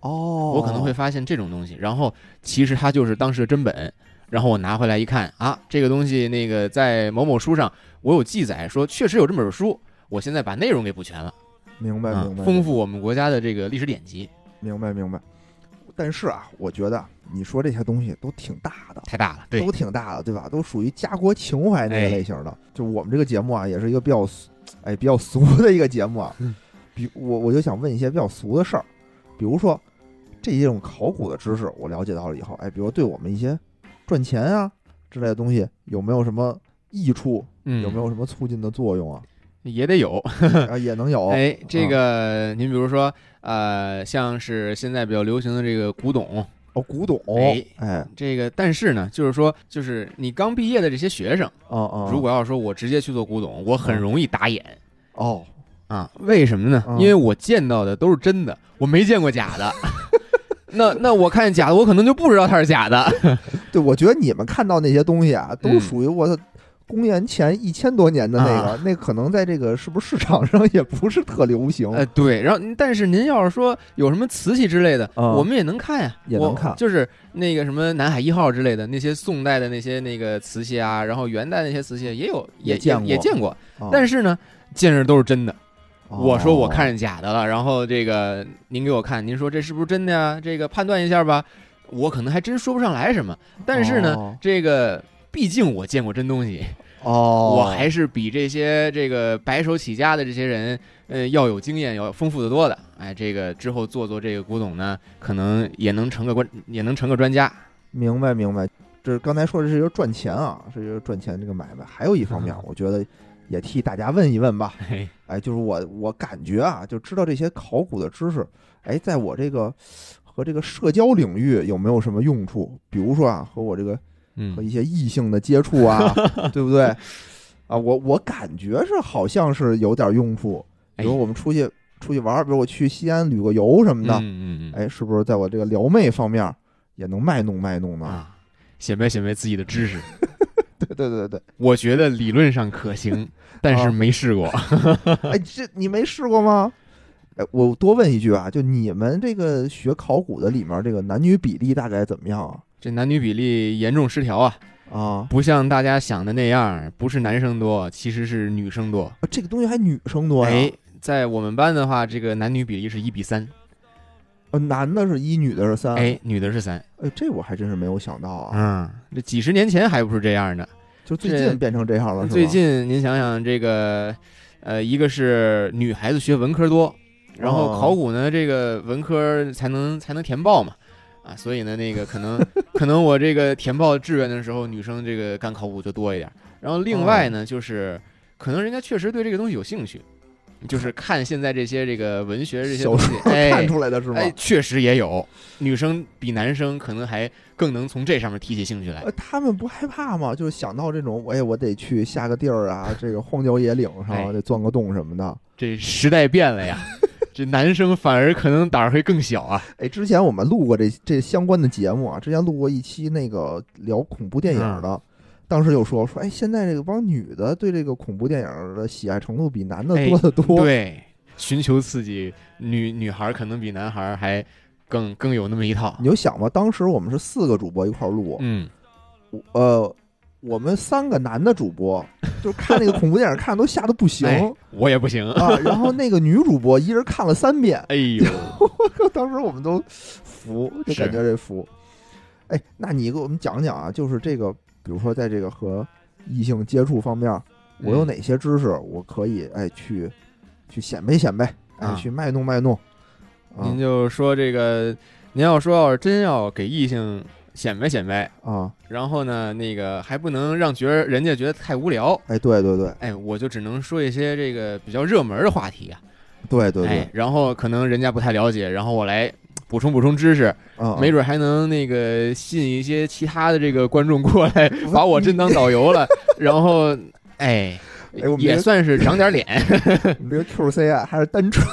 [SPEAKER 1] 哦，
[SPEAKER 2] 我可能会发现这种东西，然后其实它就是当时的真本，然后我拿回来一看啊，这个东西那个在某某书上我有记载说确实有这本书，我现在把内容给补全了，
[SPEAKER 1] 明白
[SPEAKER 2] 啊
[SPEAKER 1] 明白，
[SPEAKER 2] 丰富我们国家的这个历史典籍，
[SPEAKER 1] 明白明白。但是啊，我觉得你说这些东西都挺大的，
[SPEAKER 2] 太大了，对
[SPEAKER 1] 都，挺大的，对吧？都属于家国情怀那
[SPEAKER 2] 哎
[SPEAKER 1] 个类型的。就我们这个节目啊，也是一个比较俗，哎，比较俗的一个节目啊。比我我就想问一些比较俗的事儿，比如说这一种考古的知识我了解到了以后，哎，比如对我们一些赚钱啊之类的东西有没有什么益处，
[SPEAKER 2] 嗯，
[SPEAKER 1] 有没有什么促进的作
[SPEAKER 2] <laughs>
[SPEAKER 1] 用啊？
[SPEAKER 2] 也得有？
[SPEAKER 1] 啊，也能有。
[SPEAKER 2] 哎，这个您比如说，呃，像是现在比较流行的这个古董，
[SPEAKER 1] 哦，古董，
[SPEAKER 2] 哎
[SPEAKER 1] 哎，
[SPEAKER 2] 这个但是呢，就是说，就是你刚毕业的这些学生，
[SPEAKER 1] 啊啊，
[SPEAKER 2] 如果要说我直接去做古董，我很容易打眼。
[SPEAKER 1] 哦，
[SPEAKER 2] 啊，为什么呢？
[SPEAKER 1] 嗯
[SPEAKER 2] 因为我见到的都是真的，我没见过假
[SPEAKER 1] <laughs>
[SPEAKER 2] 的。那那我看见假的，我可能就不知道它是假的。
[SPEAKER 1] 对，我觉得你们看到那些东西啊，都
[SPEAKER 2] 嗯啊
[SPEAKER 1] 属于我的公元前一千多年的那个，那可能在这个是不是市场上也不是特流行。
[SPEAKER 2] 呃，对。然后，但是您要是说有什么瓷器之类的，
[SPEAKER 1] 嗯
[SPEAKER 2] 我们也能看呀，
[SPEAKER 1] 也能
[SPEAKER 2] 我
[SPEAKER 1] 看
[SPEAKER 2] 就是那个什么南海一号之类的那些宋代的那些那个瓷器啊，然后元代那些瓷器也有，也
[SPEAKER 1] 也见过
[SPEAKER 2] 也见过。
[SPEAKER 1] 啊
[SPEAKER 2] 但是呢，见着都是真的。
[SPEAKER 1] 哦
[SPEAKER 2] 我说我看见假的了，然后这个您给我看，您说这是不是真的呀？这个判断一下吧。我可能还真说不上来什么，但是呢，
[SPEAKER 1] 哦
[SPEAKER 2] 这个毕竟我见过真东西，
[SPEAKER 1] 哦，
[SPEAKER 2] 我还是比这些这个白手起家的这些人，呃，要有经验，要丰富的多的。哎，这个之后做做这个古董呢，可能也能成个专，也能成个专家。 <laughs>
[SPEAKER 1] 明白明白，这刚才说的是一个赚钱啊，是一个赚钱这个买卖。还有一方
[SPEAKER 2] <laughs>
[SPEAKER 1] 面，我觉得也替大家问一问吧。
[SPEAKER 2] 嘿，
[SPEAKER 1] 哎，就是我我感觉啊，就知道这些考古的知识，哎，在我这个和这个社交领域有没有什么用处？比如说啊，和我这个
[SPEAKER 2] 嗯
[SPEAKER 1] 和一些异性的接触啊， <laughs> 对不对？啊，我我感觉是好像是有点用处。
[SPEAKER 2] 哎
[SPEAKER 1] 比如我们出去出去玩儿，比如我去西安旅个游什么的，
[SPEAKER 2] 嗯嗯嗯
[SPEAKER 1] 哎，是不是在我这个撩妹方面也能卖弄卖弄呢？
[SPEAKER 2] 啊，显摆显摆自己的知识。
[SPEAKER 1] <laughs> 对对对对，
[SPEAKER 2] 我觉得理论上可
[SPEAKER 1] <laughs>
[SPEAKER 2] 行，但是没试过。
[SPEAKER 1] 哎，这你没试过吗？哎，我多问一句啊，就你们这个学考古的里面，这个男女比例大概怎么样啊？
[SPEAKER 2] <laughs> 这男女比例严重失调啊，
[SPEAKER 1] 啊，
[SPEAKER 2] 不像大家想的那样，不是男生多，其实是女生多。
[SPEAKER 1] 这个东西还女生多呀？
[SPEAKER 2] 哎，在我们班的话，这个男女比例是一比三，
[SPEAKER 1] 呃男的是一，女的是三。，
[SPEAKER 2] 哎，女的是三。
[SPEAKER 1] 哎，这我还真是没有想到啊，
[SPEAKER 2] 嗯，这几十年前还不是这样的。
[SPEAKER 1] 就最
[SPEAKER 2] 这
[SPEAKER 1] 近变成这样了，是吧？
[SPEAKER 2] 最近您想想，这个，呃，一个是女孩子学文科多，然后
[SPEAKER 1] 哦
[SPEAKER 2] 考古呢，这个文科才能才能填报嘛。啊，所以呢，那个
[SPEAKER 1] <laughs>
[SPEAKER 2] 可能可能我这个填报志愿的时候，女生这个干考古就多一点。然后另外呢，就是可能人家确实对这个东西有兴趣，就是看现在这些这个文学这些
[SPEAKER 1] 哦小
[SPEAKER 2] 东西
[SPEAKER 1] 说，
[SPEAKER 2] 哎
[SPEAKER 1] 看，出来的是吗？
[SPEAKER 2] 哎，确实也有女生比男生可能还更能从这上面提起兴趣来
[SPEAKER 1] 呃，。他们不害怕吗？就是想到这种，哎，我得去下个地儿啊，这个荒郊野岭
[SPEAKER 2] 哎
[SPEAKER 1] 上得钻个洞什么的。
[SPEAKER 2] 这时代
[SPEAKER 1] <laughs>
[SPEAKER 2] 变了呀，这男生反而可能胆儿会更小啊。
[SPEAKER 1] 哎，之前我们录过这这相关的节目啊，之前录过一期那个聊恐怖电影
[SPEAKER 2] 嗯
[SPEAKER 1] 的，当时就说说，哎，现在这个帮女的对这个恐怖电影的喜爱程度比男的
[SPEAKER 2] 哎
[SPEAKER 1] 多得多。
[SPEAKER 2] 对，寻求刺激，女女孩儿可能比男孩儿还更更有那么一套
[SPEAKER 1] 你。就想吧，当时我们是四个主播一块儿录，
[SPEAKER 2] 嗯，
[SPEAKER 1] 我呃，我们三个男的主播就看那个恐怖电影看得都吓得不行、
[SPEAKER 2] 哎我也不行。
[SPEAKER 1] 啊，然后那个女主播一人看了三遍。<laughs>
[SPEAKER 2] 哎呦，
[SPEAKER 1] 当时我们都服，就是感觉这服。哎，那你给我们讲讲啊，就是这个，比如说在这个和异性接触方面，我有
[SPEAKER 2] 嗯
[SPEAKER 1] 哪些知识，我可以哎去去显摆显摆，哎、
[SPEAKER 2] 啊
[SPEAKER 1] 去卖弄卖弄。啊
[SPEAKER 2] 您就说这个，您要说要是真要给异性显摆显摆，
[SPEAKER 1] 啊，
[SPEAKER 2] 然后呢，那个还不能让觉得人家觉得太无聊。
[SPEAKER 1] 哎，对对对
[SPEAKER 2] 哎，我就只能说一些这个比较热门儿的话题啊，
[SPEAKER 1] 对对对
[SPEAKER 2] 哎，，然后可能人家不太了解，然后我来补充补充知识，
[SPEAKER 1] 啊，
[SPEAKER 2] 没准还能那个吸引一些其他的这个观众过
[SPEAKER 1] <laughs>
[SPEAKER 2] 来，
[SPEAKER 1] 嗯
[SPEAKER 2] 把我真当导游了，然后哎
[SPEAKER 1] 哎我，们
[SPEAKER 2] 也算是长
[SPEAKER 1] <laughs>
[SPEAKER 2] 点脸，
[SPEAKER 1] 你这个 QC 啊，还是单纯，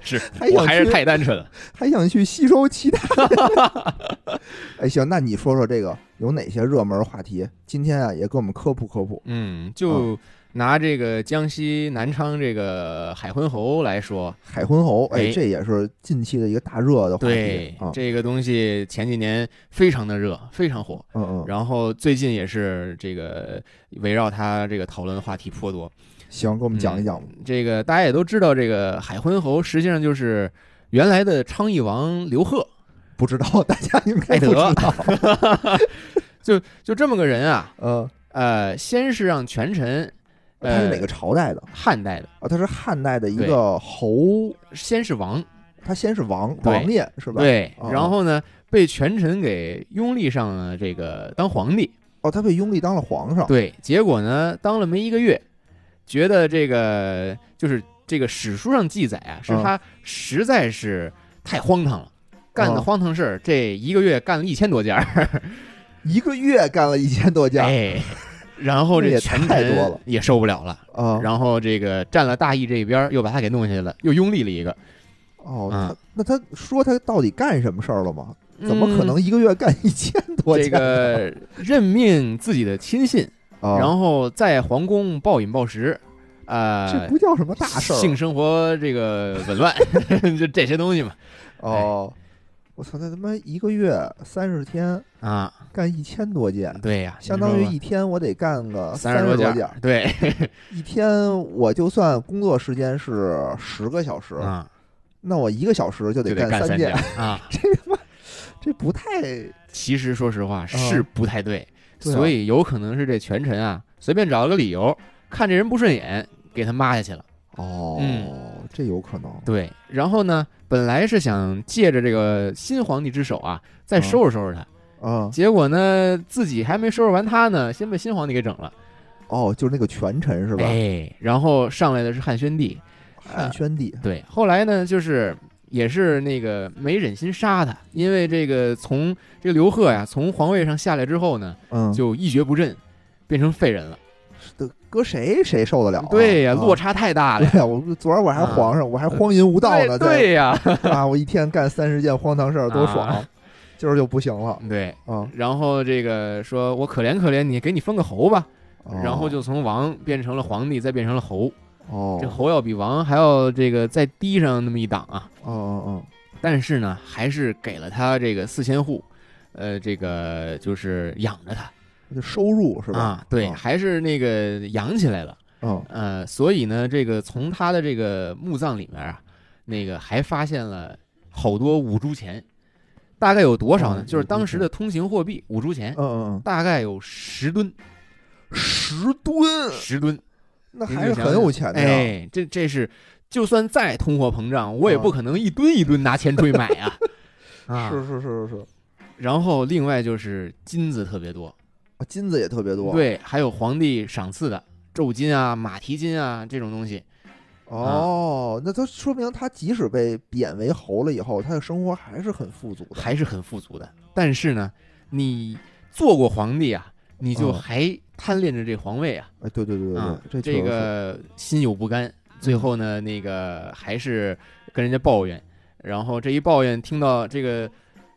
[SPEAKER 2] 是
[SPEAKER 1] 还
[SPEAKER 2] 我
[SPEAKER 1] 想
[SPEAKER 2] 还是
[SPEAKER 1] 去
[SPEAKER 2] 太单纯了。
[SPEAKER 1] 还想去吸收其他的。 <laughs> 哎，行，那你说说这个有哪些热门话题？今天啊，也给我们科普科普。
[SPEAKER 2] 嗯，就拿这个江西南昌这个海昏侯来说，
[SPEAKER 1] 海昏侯，哎，
[SPEAKER 2] 哎
[SPEAKER 1] 这也是近期的一个大热的话
[SPEAKER 2] 对
[SPEAKER 1] 题啊，
[SPEAKER 2] 这个东西前几年非常的热，非常火，
[SPEAKER 1] 嗯嗯，
[SPEAKER 2] 然后最近也是这个围绕它这个讨论的话题颇多。
[SPEAKER 1] 行，给我们讲一
[SPEAKER 2] 嗯
[SPEAKER 1] 讲吧。
[SPEAKER 2] 这个大家也都知道，这个海昏侯实际上就是原来的昌邑王刘贺，
[SPEAKER 1] 不知道大家应该不知
[SPEAKER 2] 艾
[SPEAKER 1] 道，
[SPEAKER 2] 就就这么个人啊。
[SPEAKER 1] <laughs>
[SPEAKER 2] <laughs>
[SPEAKER 1] 呃，
[SPEAKER 2] 呃，先是让权臣，
[SPEAKER 1] 他
[SPEAKER 2] 呃，
[SPEAKER 1] 是哪个朝代的
[SPEAKER 2] 汉代的？
[SPEAKER 1] 啊？他是汉代的一个侯，
[SPEAKER 2] 先是王，
[SPEAKER 1] 他先是王
[SPEAKER 2] 对
[SPEAKER 1] 王爷是吧？，
[SPEAKER 2] 对
[SPEAKER 1] 哦，
[SPEAKER 2] 然后呢，被权臣给拥立上了这个当皇帝。
[SPEAKER 1] 哦，他被拥立当了皇上。
[SPEAKER 2] 对，结果呢，当了没一个月，觉得这个就是这个史书上记载啊，是
[SPEAKER 1] 嗯
[SPEAKER 2] 他实在是太荒唐了，干的
[SPEAKER 1] 嗯
[SPEAKER 2] 荒唐事儿，这一个月干了一千多件儿，
[SPEAKER 1] 一个月干了一千多件儿
[SPEAKER 2] 哎，然后
[SPEAKER 1] 那
[SPEAKER 2] 这
[SPEAKER 1] 也
[SPEAKER 2] 权
[SPEAKER 1] 太多
[SPEAKER 2] 臣
[SPEAKER 1] 了
[SPEAKER 2] 也受不了了，
[SPEAKER 1] 啊。
[SPEAKER 2] 然后这个站了大义这边儿，又把他给弄下去了，又拥立了一个，
[SPEAKER 1] 哦，
[SPEAKER 2] 嗯
[SPEAKER 1] 他那他说他到底干什么事儿了吗？嗯怎么可能一个月干一千多
[SPEAKER 2] 嗯？
[SPEAKER 1] 件
[SPEAKER 2] 这
[SPEAKER 1] 呢？ <laughs>
[SPEAKER 2] 个任命自己的亲信，
[SPEAKER 1] 啊，
[SPEAKER 2] 然后在皇宫暴饮暴食，呃，
[SPEAKER 1] 这不叫什么大事儿啊
[SPEAKER 2] 性生活这个紊乱， <laughs> 就这些东西嘛。
[SPEAKER 1] 哦。我操，那他妈一个月三十天
[SPEAKER 2] 啊，
[SPEAKER 1] 干一千多件，
[SPEAKER 2] 对呀、
[SPEAKER 1] 相当于一天我得干个
[SPEAKER 2] 三
[SPEAKER 1] 十
[SPEAKER 2] 多
[SPEAKER 1] 件
[SPEAKER 2] 件
[SPEAKER 1] 儿
[SPEAKER 2] 儿，，对，
[SPEAKER 1] 一天我就算工作时间是十个小时，
[SPEAKER 2] 啊，
[SPEAKER 1] 那我一个小时就
[SPEAKER 2] 就
[SPEAKER 1] 得
[SPEAKER 2] 得干
[SPEAKER 1] 三
[SPEAKER 2] 三
[SPEAKER 1] 件
[SPEAKER 2] 件，儿啊。
[SPEAKER 1] 这他妈这不太
[SPEAKER 2] 其实说实话是不太对，
[SPEAKER 1] 嗯对啊
[SPEAKER 2] 所以有可能是这权臣啊，随便找了个理由，看这人不顺眼，给他骂下去了。
[SPEAKER 1] 哦，
[SPEAKER 2] 嗯
[SPEAKER 1] 这有可能
[SPEAKER 2] 对，然后呢，本来是想借着这个新皇帝之手啊，
[SPEAKER 1] 嗯
[SPEAKER 2] 再收拾收拾他，
[SPEAKER 1] 啊、
[SPEAKER 2] 结果呢，自己还没收拾完他呢，先被新皇帝给整了。
[SPEAKER 1] 哦，就是那个权臣是吧？
[SPEAKER 2] 哎，啊然后上来的是汉宣帝，
[SPEAKER 1] 汉宣帝
[SPEAKER 2] 对，后来呢，就是也是那个没忍心杀他，因为这个从这个刘贺呀，从皇位上下来之后呢，
[SPEAKER 1] 嗯，
[SPEAKER 2] 就一蹶不振，变成废人了。
[SPEAKER 1] 这搁谁谁受得了、啊？
[SPEAKER 2] 对呀、
[SPEAKER 1] 啊
[SPEAKER 2] 落差太
[SPEAKER 1] <laughs>
[SPEAKER 2] 大了。啊呃
[SPEAKER 1] 对呀，我昨儿我还皇上，我还荒淫无道呢，
[SPEAKER 2] 对呀、
[SPEAKER 1] <laughs> 在啊，我一天干三十件荒唐事儿多爽，
[SPEAKER 2] 啊
[SPEAKER 1] 今儿就不行了
[SPEAKER 2] 对。
[SPEAKER 1] 啊。
[SPEAKER 2] 然后这个说，我可怜可怜你，给你封个侯吧。
[SPEAKER 1] 哦
[SPEAKER 2] 然后就从王变成了皇帝，再变成了侯。
[SPEAKER 1] 哦，
[SPEAKER 2] 这侯要比王还要这个再低上那么一档啊。
[SPEAKER 1] 哦哦
[SPEAKER 2] 但是呢，还是给了他这个四千户，呃，这个就是养着他。
[SPEAKER 1] 哦，这收入是吧？
[SPEAKER 2] 啊，对，
[SPEAKER 1] 嗯
[SPEAKER 2] 还是那个养起来了。
[SPEAKER 1] 嗯，
[SPEAKER 2] 呃，所以呢，这个从他的这个墓葬里面啊，那个还发现了好多五铢钱，大概有多少呢？
[SPEAKER 1] 哦
[SPEAKER 2] 就是当时的通行货币五铢钱
[SPEAKER 1] 嗯，嗯
[SPEAKER 2] 大概有十吨，
[SPEAKER 1] 嗯，十吨，
[SPEAKER 2] 十吨，
[SPEAKER 1] 那
[SPEAKER 2] 您
[SPEAKER 1] 还
[SPEAKER 2] 就是想
[SPEAKER 1] 很有钱的呀。
[SPEAKER 2] 哎，这这是就算再通货膨胀，我也
[SPEAKER 1] 啊
[SPEAKER 2] 不可能一吨一吨拿钱出去买
[SPEAKER 1] <laughs>
[SPEAKER 2] 啊。啊，
[SPEAKER 1] 是是是是是，
[SPEAKER 2] 然后另外就是金子特别多，
[SPEAKER 1] 啊金子也特别多。，
[SPEAKER 2] 对，还有皇帝赏赐的皱金啊、马蹄金啊这种东西，
[SPEAKER 1] 哦，那他说明他即使被贬为侯了以后，他的生活还是很富足的。
[SPEAKER 2] 还是很富足的。但是呢，你做过皇帝啊，你就
[SPEAKER 1] 嗯
[SPEAKER 2] 还贪恋着这皇位啊，
[SPEAKER 1] 哎，对对对对
[SPEAKER 2] 啊
[SPEAKER 1] 对，确
[SPEAKER 2] 这
[SPEAKER 1] 实是
[SPEAKER 2] 个心有不甘。最后呢，那个还是跟人家抱怨，然后这一抱怨听到这个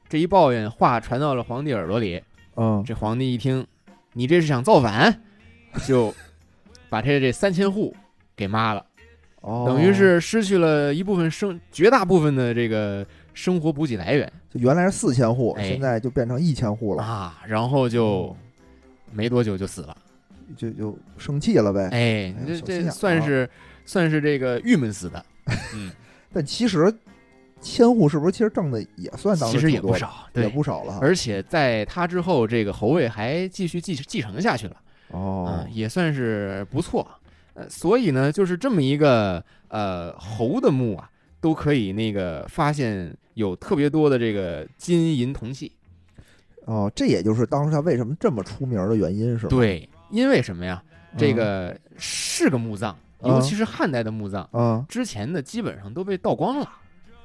[SPEAKER 2] 这一抱怨话传到了皇帝耳朵里，
[SPEAKER 1] 嗯
[SPEAKER 2] 这皇帝一听，你这是想造反，就把这这三千户给骂了。
[SPEAKER 1] 哦，
[SPEAKER 2] 等于是失去了一部分生绝大部分的这个生活补给来源
[SPEAKER 1] 就原来是四千户，
[SPEAKER 2] 哎
[SPEAKER 1] 现在就变成一千户了，嗯
[SPEAKER 2] 啊，然后就没多久就死了。
[SPEAKER 1] 就就生气了呗。
[SPEAKER 2] 哎，
[SPEAKER 1] 哎
[SPEAKER 2] 这
[SPEAKER 1] 手心
[SPEAKER 2] 这
[SPEAKER 1] 痒
[SPEAKER 2] 算
[SPEAKER 1] 啊
[SPEAKER 2] 是算是这个郁闷死的，嗯，
[SPEAKER 1] 但其实千户是不是其实挣的也算当时
[SPEAKER 2] 其实也
[SPEAKER 1] 挺多
[SPEAKER 2] 不
[SPEAKER 1] 的，
[SPEAKER 2] 少，
[SPEAKER 1] 也
[SPEAKER 2] 对。
[SPEAKER 1] 不少了哈。
[SPEAKER 2] 而且在他之后，这个侯位还继续继继承下去了，
[SPEAKER 1] 哦
[SPEAKER 2] 嗯，也算是不错。呃，所以呢，就是这么一个呃侯的墓啊，都可以那个发现有特别多的这个金银铜器。
[SPEAKER 1] 哦，这也就是当时他为什么这么出名的原因是吧？
[SPEAKER 2] 对，因为什么呀？
[SPEAKER 1] 嗯，
[SPEAKER 2] 这个是个墓葬，
[SPEAKER 1] 嗯
[SPEAKER 2] 尤其是汉代的墓葬，
[SPEAKER 1] 嗯
[SPEAKER 2] 之前的基本上都被盗光了。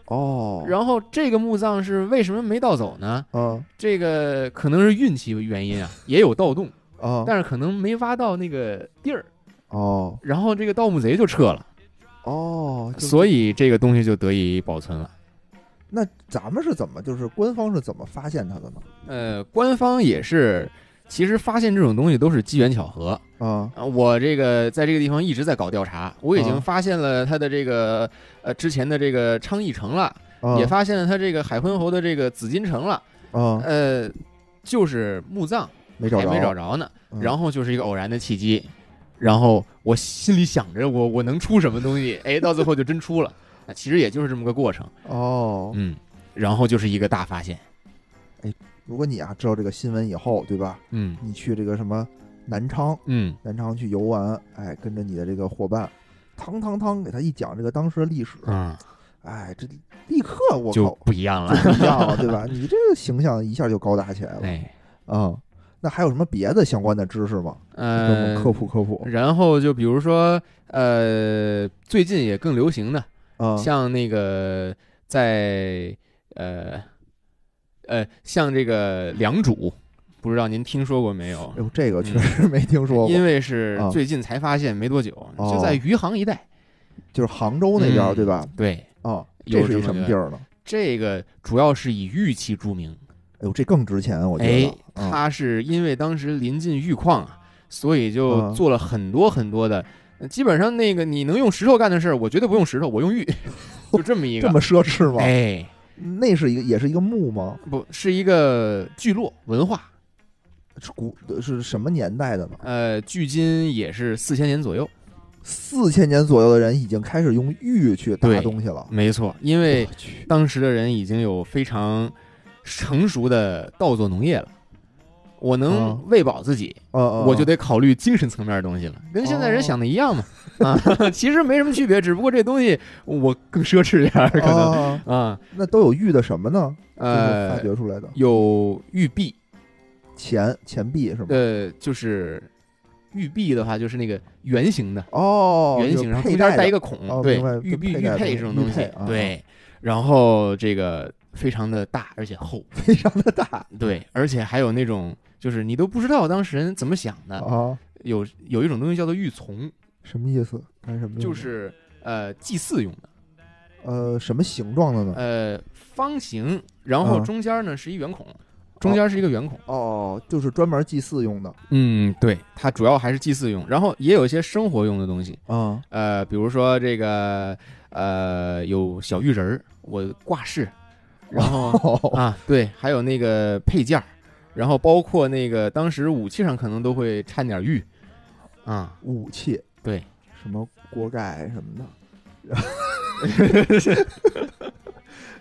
[SPEAKER 1] 哦，
[SPEAKER 2] 然后这个墓葬是为什么没盗走呢？
[SPEAKER 1] 嗯
[SPEAKER 2] 这个可能是运气
[SPEAKER 1] <laughs>
[SPEAKER 2] 原因啊，也有盗洞，
[SPEAKER 1] 嗯
[SPEAKER 2] 但是可能没挖到那个地儿，
[SPEAKER 1] 哦
[SPEAKER 2] 然后这个盗墓贼就撤了，
[SPEAKER 1] 哦，就是
[SPEAKER 2] 所以这个东西就得以保存了。
[SPEAKER 1] 那咱们是怎么就是官方是怎么发现它的呢？
[SPEAKER 2] 呃，官方也是，其实发现这种东西都是机缘巧合。
[SPEAKER 1] 啊
[SPEAKER 2] 啊，我这个在这个地方一直在搞调查，我已经
[SPEAKER 1] 嗯
[SPEAKER 2] 发现了他的这个呃之前的这个昌邑城了，
[SPEAKER 1] 啊
[SPEAKER 2] 也发现了他这个海昏侯的这个紫禁城了，
[SPEAKER 1] 啊，
[SPEAKER 2] 呃，就是墓葬
[SPEAKER 1] 没找
[SPEAKER 2] 还
[SPEAKER 1] 着，
[SPEAKER 2] 哎没找着呢。
[SPEAKER 1] 嗯
[SPEAKER 2] 然后就是一个偶然的契机，然后我心里想着我我能出什么
[SPEAKER 1] <laughs>
[SPEAKER 2] 东西，哎，到最后就真出了。那其实也就是这么个过程，
[SPEAKER 1] 哦。
[SPEAKER 2] 嗯，然后就是一个大发现，
[SPEAKER 1] 如果你啊知道这个新闻以后，对吧？
[SPEAKER 2] 嗯
[SPEAKER 1] 你去这个什么南昌，
[SPEAKER 2] 嗯，
[SPEAKER 1] 南昌去游玩，哎，跟着你的这个伙伴，堂堂堂给他一讲这个当时的历史，
[SPEAKER 2] 啊，
[SPEAKER 1] 哎，这立刻我
[SPEAKER 2] 就
[SPEAKER 1] 靠
[SPEAKER 2] 不一样
[SPEAKER 1] <laughs>
[SPEAKER 2] 了。
[SPEAKER 1] 就不一样了，对吧？你这个形象一下就高大起来了
[SPEAKER 2] 哎，
[SPEAKER 1] 啊、嗯那还有什么别的相关的知识吗？给我
[SPEAKER 2] 呃
[SPEAKER 1] 们，科普科普
[SPEAKER 2] 然后就比如说，呃，最近也更流行的，
[SPEAKER 1] 啊，
[SPEAKER 2] 嗯像那个在呃呃，像这个良渚，不知道您听说过没有
[SPEAKER 1] 哎？呦，这个确实没听说过，
[SPEAKER 2] 嗯因为是
[SPEAKER 1] 啊
[SPEAKER 2] 最近才发现没多久，
[SPEAKER 1] 哦
[SPEAKER 2] 就在余杭一带。
[SPEAKER 1] 就是杭州那边儿、
[SPEAKER 2] 嗯
[SPEAKER 1] 对吧？
[SPEAKER 2] 对，
[SPEAKER 1] 啊，
[SPEAKER 2] 有
[SPEAKER 1] 这是一
[SPEAKER 2] 这么
[SPEAKER 1] 什么
[SPEAKER 2] 个
[SPEAKER 1] 地儿呢？
[SPEAKER 2] 这个主要是以玉器著名。
[SPEAKER 1] 哎呦，这更值钱，我觉
[SPEAKER 2] 哎
[SPEAKER 1] 得，。啊
[SPEAKER 2] 它是因为当时临近玉矿啊，所以就
[SPEAKER 1] 啊
[SPEAKER 2] 做了很多很多的，呃基本上那个你能用石头干的事儿，我绝对不用石头，我用
[SPEAKER 1] <laughs>
[SPEAKER 2] 玉，就这么一
[SPEAKER 1] 这
[SPEAKER 2] 个。
[SPEAKER 1] 么奢侈吗？
[SPEAKER 2] 哎，
[SPEAKER 1] 那是一个，也是一个墓吗？
[SPEAKER 2] 不是一个聚落文化，
[SPEAKER 1] 是古呃是什么年代的呢？
[SPEAKER 2] 呃，距今也是四千年左右。
[SPEAKER 1] 四千年左右的人已经开始用玉去打
[SPEAKER 2] 对嗯
[SPEAKER 1] 东西了。
[SPEAKER 2] 没错，因为
[SPEAKER 1] 我去，
[SPEAKER 2] 当时的人已经有非常成熟的稻作农业了。我
[SPEAKER 1] 啊
[SPEAKER 2] 能喂饱自己，
[SPEAKER 1] 呃，呃
[SPEAKER 2] 我就得考虑精神层面的东西了，跟现在
[SPEAKER 1] 哦
[SPEAKER 2] 人想的一样嘛。啊， <laughs> 其实没什么区别，只不过这东西我更奢侈点儿，可能
[SPEAKER 1] 啊，
[SPEAKER 2] 啊，
[SPEAKER 1] 那都有玉的什么呢？就是发
[SPEAKER 2] 呃，
[SPEAKER 1] 掘出来的
[SPEAKER 2] 有玉璧，
[SPEAKER 1] 钱钱币是吗？
[SPEAKER 2] 呃，就是玉璧的话，就是那个圆形的，
[SPEAKER 1] 哦，
[SPEAKER 2] 圆形，
[SPEAKER 1] 就是
[SPEAKER 2] 然后
[SPEAKER 1] 佩
[SPEAKER 2] 中
[SPEAKER 1] 戴
[SPEAKER 2] 间
[SPEAKER 1] 的
[SPEAKER 2] 带一个孔，
[SPEAKER 1] 哦
[SPEAKER 2] 对
[SPEAKER 1] 明白，
[SPEAKER 2] 玉
[SPEAKER 1] 就
[SPEAKER 2] 璧、
[SPEAKER 1] 佩
[SPEAKER 2] 玉
[SPEAKER 1] 戴的
[SPEAKER 2] 佩这种东
[SPEAKER 1] 玉
[SPEAKER 2] 西
[SPEAKER 1] 佩，啊
[SPEAKER 2] 对，然后这个非常的大，而且厚，
[SPEAKER 1] <laughs> 非常的大
[SPEAKER 2] 对，而且还有那种就是你都不知道当事人怎么想的，
[SPEAKER 1] 啊，
[SPEAKER 2] 有有一种东西叫做玉琮，
[SPEAKER 1] 什么意思？干什么用的？
[SPEAKER 2] 就是呃祭祀用的，
[SPEAKER 1] 呃，什么形状的呢？
[SPEAKER 2] 呃方形，然后
[SPEAKER 1] 啊
[SPEAKER 2] 中间呢是一圆孔，中间是一个圆孔。
[SPEAKER 1] 哦，就是专门祭祀用的
[SPEAKER 2] 嗯，对，它主要还是祭祀用，然后也有一些生活用的东西，
[SPEAKER 1] 啊。
[SPEAKER 2] 呃，比如说这个呃有小玉人儿，我挂饰，然后
[SPEAKER 1] <laughs>
[SPEAKER 2] 啊对，还有那个配件儿，然后包括那个当时武器上可能都会掺点玉，啊，
[SPEAKER 1] 武器，
[SPEAKER 2] 对，
[SPEAKER 1] 什么锅盖什么的，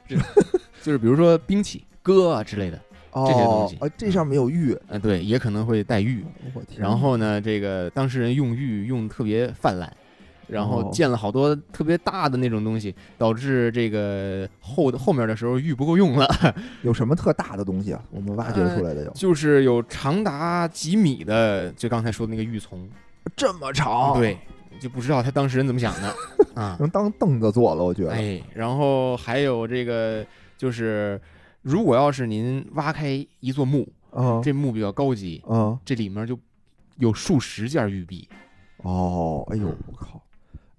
[SPEAKER 2] 就是比如说兵器、戈啊之类的，
[SPEAKER 1] 哦，
[SPEAKER 2] 些东西
[SPEAKER 1] 啊，这上面有玉，
[SPEAKER 2] 呃，对，也可能会带玉。
[SPEAKER 1] 我天，
[SPEAKER 2] 然后呢，这个当事人用玉用得特别泛滥，然后
[SPEAKER 1] 哦
[SPEAKER 2] 建了好多特别大的那种东西，导致这个后后面的时候玉不够用了， <laughs>
[SPEAKER 1] 有什么特大的东西啊？我们挖掘
[SPEAKER 2] 呃
[SPEAKER 1] 出来的有、
[SPEAKER 2] 就是有长达几米的，就刚才说的那个玉琮，
[SPEAKER 1] 这么长，，
[SPEAKER 2] 对，就不知道他当事人怎么想的 <laughs> 啊，
[SPEAKER 1] 能当凳子坐了，我觉得。
[SPEAKER 2] 哎，然后还有这个就是，如果要是您挖开一座墓，
[SPEAKER 1] 嗯
[SPEAKER 2] 这墓比较高级，
[SPEAKER 1] 嗯
[SPEAKER 2] 这里面就有数十件玉璧，
[SPEAKER 1] 哦，哎呦，我靠！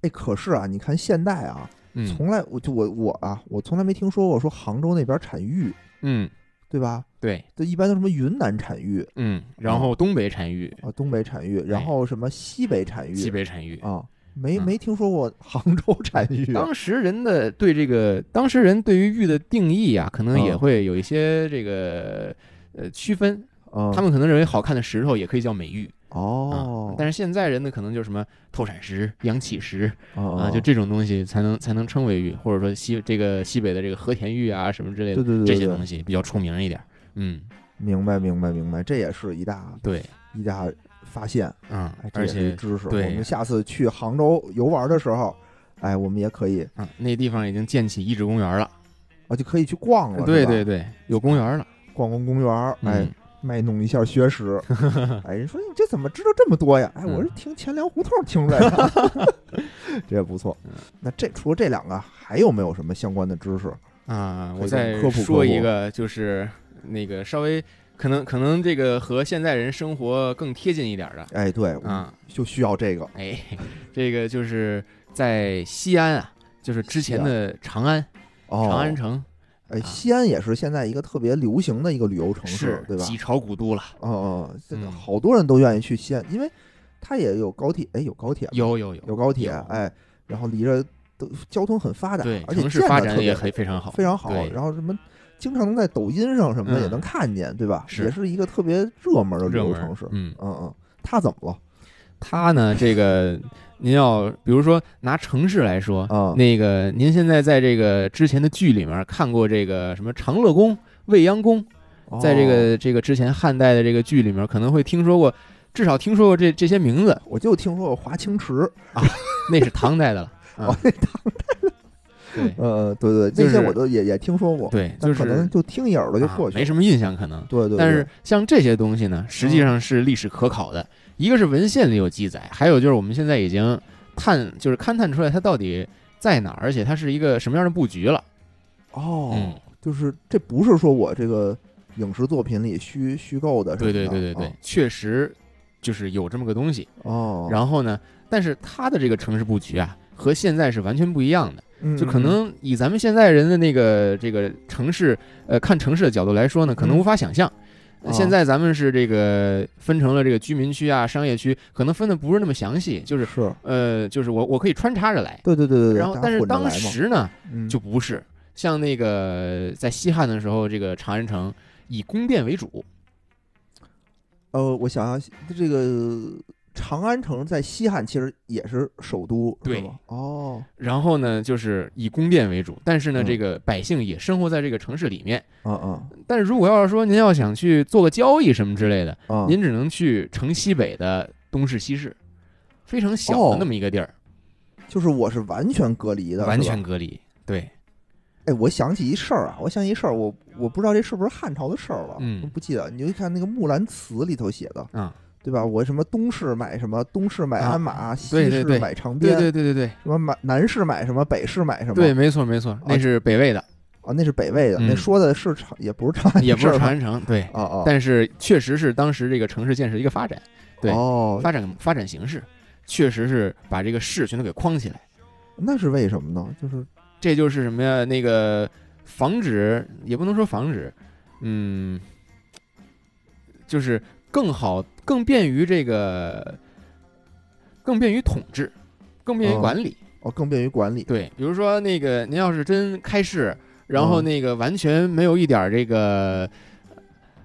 [SPEAKER 1] 哎，可是啊，你看现代啊，
[SPEAKER 2] 嗯
[SPEAKER 1] 从来我就我我啊，我从来没听说过说杭州那边产玉，
[SPEAKER 2] 嗯，
[SPEAKER 1] 对吧？
[SPEAKER 2] 对。
[SPEAKER 1] 这一般都什么云南产玉
[SPEAKER 2] 嗯，然
[SPEAKER 1] 嗯
[SPEAKER 2] 后东北产玉、
[SPEAKER 1] 啊，东北产玉，然
[SPEAKER 2] 哎
[SPEAKER 1] 后什么西北产
[SPEAKER 2] 西
[SPEAKER 1] 玉
[SPEAKER 2] 北产玉。
[SPEAKER 1] 啊，没
[SPEAKER 2] 嗯
[SPEAKER 1] 没听说过杭州产玉啊
[SPEAKER 2] 当时人的对这个，当时人对于玉的定义啊，可能也
[SPEAKER 1] 嗯
[SPEAKER 2] 会有一些这个呃区分。
[SPEAKER 1] 啊，
[SPEAKER 2] 他们可能认为好看的石头也可以叫美玉
[SPEAKER 1] 哦
[SPEAKER 2] 啊，，但是现在人呢，可能就是什么透闪石、阳起石
[SPEAKER 1] 啊
[SPEAKER 2] 啊，就这种东西才能才能称为玉，或者说西这个西北的这个和田玉啊什么之类
[SPEAKER 1] 对
[SPEAKER 2] 的
[SPEAKER 1] 对对
[SPEAKER 2] 这
[SPEAKER 1] 对
[SPEAKER 2] 些
[SPEAKER 1] 对
[SPEAKER 2] 东西比较出名一点。嗯，
[SPEAKER 1] 明白明白明白，这也是一大
[SPEAKER 2] 对，
[SPEAKER 1] 一大发现，
[SPEAKER 2] 嗯
[SPEAKER 1] 哎，，这
[SPEAKER 2] 而
[SPEAKER 1] 也是一
[SPEAKER 2] 且
[SPEAKER 1] 知识。
[SPEAKER 2] 对
[SPEAKER 1] 我们下次去杭州游玩的时候，哎，我们也可以
[SPEAKER 2] 嗯，那地方已经建起遗址公园了，
[SPEAKER 1] 啊，就可以去逛了，
[SPEAKER 2] 对
[SPEAKER 1] 是吧
[SPEAKER 2] 对，对，有公园了，
[SPEAKER 1] 逛逛公园儿，哎
[SPEAKER 2] 嗯，，
[SPEAKER 1] 卖弄一下学
[SPEAKER 2] <laughs>
[SPEAKER 1] 识。哎，人说你这怎么知道这么多呀？哎，
[SPEAKER 2] 嗯
[SPEAKER 1] 我是听钱粮胡同听出来的，
[SPEAKER 2] <laughs>
[SPEAKER 1] 这也不错。
[SPEAKER 2] 嗯
[SPEAKER 1] 那这除了这两个，还有没有什么相关的知识？
[SPEAKER 2] 啊，
[SPEAKER 1] 可以
[SPEAKER 2] 我
[SPEAKER 1] 给我
[SPEAKER 2] 再
[SPEAKER 1] 们科普科
[SPEAKER 2] 说一
[SPEAKER 1] 普
[SPEAKER 2] 个，就是那个稍微可能可能这个和现在人生活更贴近一点儿的
[SPEAKER 1] 哎，对，
[SPEAKER 2] 啊，
[SPEAKER 1] 就需要这个
[SPEAKER 2] 哎，这个就是在西安啊，就是之前的长安，
[SPEAKER 1] 哦。
[SPEAKER 2] 长安城
[SPEAKER 1] 哎，
[SPEAKER 2] 啊
[SPEAKER 1] 西安也是现在一个特别流行的一个旅游城市，
[SPEAKER 2] 是
[SPEAKER 1] 对吧？
[SPEAKER 2] 几朝古都了，
[SPEAKER 1] 嗯嗯，这个
[SPEAKER 2] 嗯
[SPEAKER 1] 好多人都愿意去西安，因为它也有高铁，哎，有高铁吗，
[SPEAKER 2] 有有有，
[SPEAKER 1] 有高铁
[SPEAKER 2] 有，
[SPEAKER 1] 哎，然后离着都交通很发达
[SPEAKER 2] 对，，
[SPEAKER 1] 而且
[SPEAKER 2] 城市
[SPEAKER 1] 建
[SPEAKER 2] 发
[SPEAKER 1] 得
[SPEAKER 2] 展
[SPEAKER 1] 特
[SPEAKER 2] 也
[SPEAKER 1] 别
[SPEAKER 2] 很非常好，
[SPEAKER 1] 非常好，
[SPEAKER 2] 对
[SPEAKER 1] 然后什么。经常能在抖音上什么的也
[SPEAKER 2] 嗯
[SPEAKER 1] 能看见，对吧？
[SPEAKER 2] 是
[SPEAKER 1] 也是一个特别热门的旅
[SPEAKER 2] 热
[SPEAKER 1] 游
[SPEAKER 2] 门儿
[SPEAKER 1] 城市。
[SPEAKER 2] 嗯，
[SPEAKER 1] 嗯嗯，它怎么
[SPEAKER 2] 它呢，这个您要比如说拿城市来说，
[SPEAKER 1] 啊
[SPEAKER 2] 那个您现在在这个之前的剧里面看过这个什么长乐宫、未央宫。
[SPEAKER 1] 了？
[SPEAKER 2] 在这
[SPEAKER 1] 哦，
[SPEAKER 2] 个这个之前汉代的这个剧里面，可能会听说过，至少听说过这这些名
[SPEAKER 1] 哦
[SPEAKER 2] 字，
[SPEAKER 1] 我就听说过华清池，
[SPEAKER 2] 那是唐代的了。啊
[SPEAKER 1] 哦，那唐代的
[SPEAKER 2] 对
[SPEAKER 1] 呃，对对，
[SPEAKER 2] 就
[SPEAKER 1] 这
[SPEAKER 2] 是
[SPEAKER 1] 些我都也也听说过， <laughs>
[SPEAKER 2] 对，
[SPEAKER 1] 但
[SPEAKER 2] 就
[SPEAKER 1] 可能
[SPEAKER 2] 是啊
[SPEAKER 1] 就听一耳朵就过去了，
[SPEAKER 2] 没什么印象可能。
[SPEAKER 1] 对对，
[SPEAKER 2] 但
[SPEAKER 1] 对嗯
[SPEAKER 2] 是像这些东西呢，实际上是历史可考的。一个是文献里有记载，还有就是我们现在已经探，就是勘探出来它到底在哪儿，而且它是一个什么样的布局了。
[SPEAKER 1] 哦
[SPEAKER 2] 嗯，
[SPEAKER 1] 就是这不是说我这个影视作品里虚虚构的，嗯
[SPEAKER 2] 对对对对对，，确实就是有这么个东西。
[SPEAKER 1] 哦，
[SPEAKER 2] 然后呢，但是它的这个城市布局啊，和现在是完全不一样的。
[SPEAKER 1] 后
[SPEAKER 2] 就可能以咱们现在人的那个这个城市，呃，看城市的角度来说呢，可能
[SPEAKER 1] 嗯
[SPEAKER 2] 无法想象。
[SPEAKER 1] 啊
[SPEAKER 2] 现在咱们是这个分成了这个居民区啊、商业区，可能分的不是那么详细，就是
[SPEAKER 1] 嗯是，
[SPEAKER 2] 呃，就是我我可以穿插着来。
[SPEAKER 1] 对对对对对，
[SPEAKER 2] 然后，
[SPEAKER 1] 大家
[SPEAKER 2] 但是
[SPEAKER 1] 混着
[SPEAKER 2] 当
[SPEAKER 1] 来嘛
[SPEAKER 2] 时呢，
[SPEAKER 1] 嗯
[SPEAKER 2] 就不是像那个在西汉的时候，这个长安城以宫殿为主，
[SPEAKER 1] 呃，我想想，这个长安城在西汉其实也是首都，是
[SPEAKER 2] 对
[SPEAKER 1] 吗？哦，
[SPEAKER 2] 然后呢，就是以宫殿为主，但是呢，
[SPEAKER 1] 嗯
[SPEAKER 2] 这个百姓也生活在这个城市里面。
[SPEAKER 1] 嗯嗯
[SPEAKER 2] 但是如果要是说您要想去做个交易什么之类的，
[SPEAKER 1] 嗯，
[SPEAKER 2] 您只能去城西北的东市、西市，非常小
[SPEAKER 1] 哦
[SPEAKER 2] 的那么一个地儿，
[SPEAKER 1] 就是我是完全隔离的，
[SPEAKER 2] 完
[SPEAKER 1] 是吧
[SPEAKER 2] 全。隔离。对，
[SPEAKER 1] 哎，我想起一事儿啊，我想起一事儿，我我不知道这是不是汉朝的事儿了，
[SPEAKER 2] 嗯
[SPEAKER 1] 我不记得。你就看那个《木兰辞》里头写的，
[SPEAKER 2] 啊，
[SPEAKER 1] 对吧？我什么东市买什么，东市买
[SPEAKER 2] 啊
[SPEAKER 1] 鞍马，西
[SPEAKER 2] 对对
[SPEAKER 1] 市
[SPEAKER 2] 对
[SPEAKER 1] 买长
[SPEAKER 2] 对
[SPEAKER 1] 鞭，
[SPEAKER 2] 对对对对
[SPEAKER 1] 什么买南市买什么，北市买什么，
[SPEAKER 2] 对，没错没错，那是北
[SPEAKER 1] <laughs>
[SPEAKER 2] 魏的，
[SPEAKER 1] 啊，那是北魏的，那
[SPEAKER 2] 嗯
[SPEAKER 1] 说的是长，也不是长安，
[SPEAKER 2] 也不是长，安城，对。
[SPEAKER 1] 啊啊，
[SPEAKER 2] 但是确实是当时这个城市建设的一个发展对
[SPEAKER 1] 哦，
[SPEAKER 2] 发展发展形式，确实是把这个市全都给框起来。
[SPEAKER 1] 那是为什么呢？就是
[SPEAKER 2] 这就是什么呀？那个防止也不能说防止，嗯，就是更好、更便于这个、更便于统治、更便于
[SPEAKER 1] 哦
[SPEAKER 2] 管理。
[SPEAKER 1] 哦，更便于管理，
[SPEAKER 2] 对，比如说那个您要是真开市，然后
[SPEAKER 1] 嗯
[SPEAKER 2] 那个完全没有一点儿这个。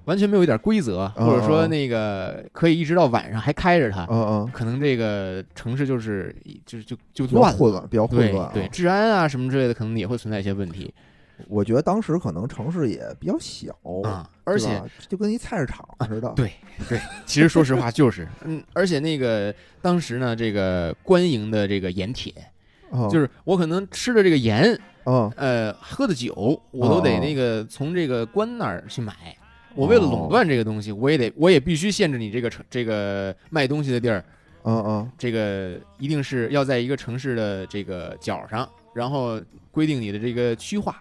[SPEAKER 2] 完全没有一点儿规则，或者
[SPEAKER 1] 哦哦
[SPEAKER 2] 说那个可以一直到晚上还开着它，
[SPEAKER 1] 嗯嗯，
[SPEAKER 2] 可能这个城市就是就就就
[SPEAKER 1] 比较
[SPEAKER 2] 乱了，
[SPEAKER 1] 混乱，比较混
[SPEAKER 2] 对
[SPEAKER 1] 乱、啊。
[SPEAKER 2] 对，治安啊什么之类的，可能也会存在一些问题
[SPEAKER 1] 我觉得当时可能城市也比较小，
[SPEAKER 2] 啊。
[SPEAKER 1] 哦对
[SPEAKER 2] 而且啊
[SPEAKER 1] 吧，就跟一菜市场似的。
[SPEAKER 2] 对其实说实话就是， <laughs> 嗯，而且那个当时呢，这个官营的这个盐铁，
[SPEAKER 1] 啊，
[SPEAKER 2] 就是我可能吃的这个盐，
[SPEAKER 1] 啊，
[SPEAKER 2] 呃，喝的酒，我都
[SPEAKER 1] 哦
[SPEAKER 2] 得那个从这个官那儿去买。我为了
[SPEAKER 1] 哦
[SPEAKER 2] 垄断这个东西，我也得，我也必须限制你这个城这个卖东西的地儿，
[SPEAKER 1] 啊啊，
[SPEAKER 2] 这个一定是要在一个城市的这个角上，然后规定你的这个区划，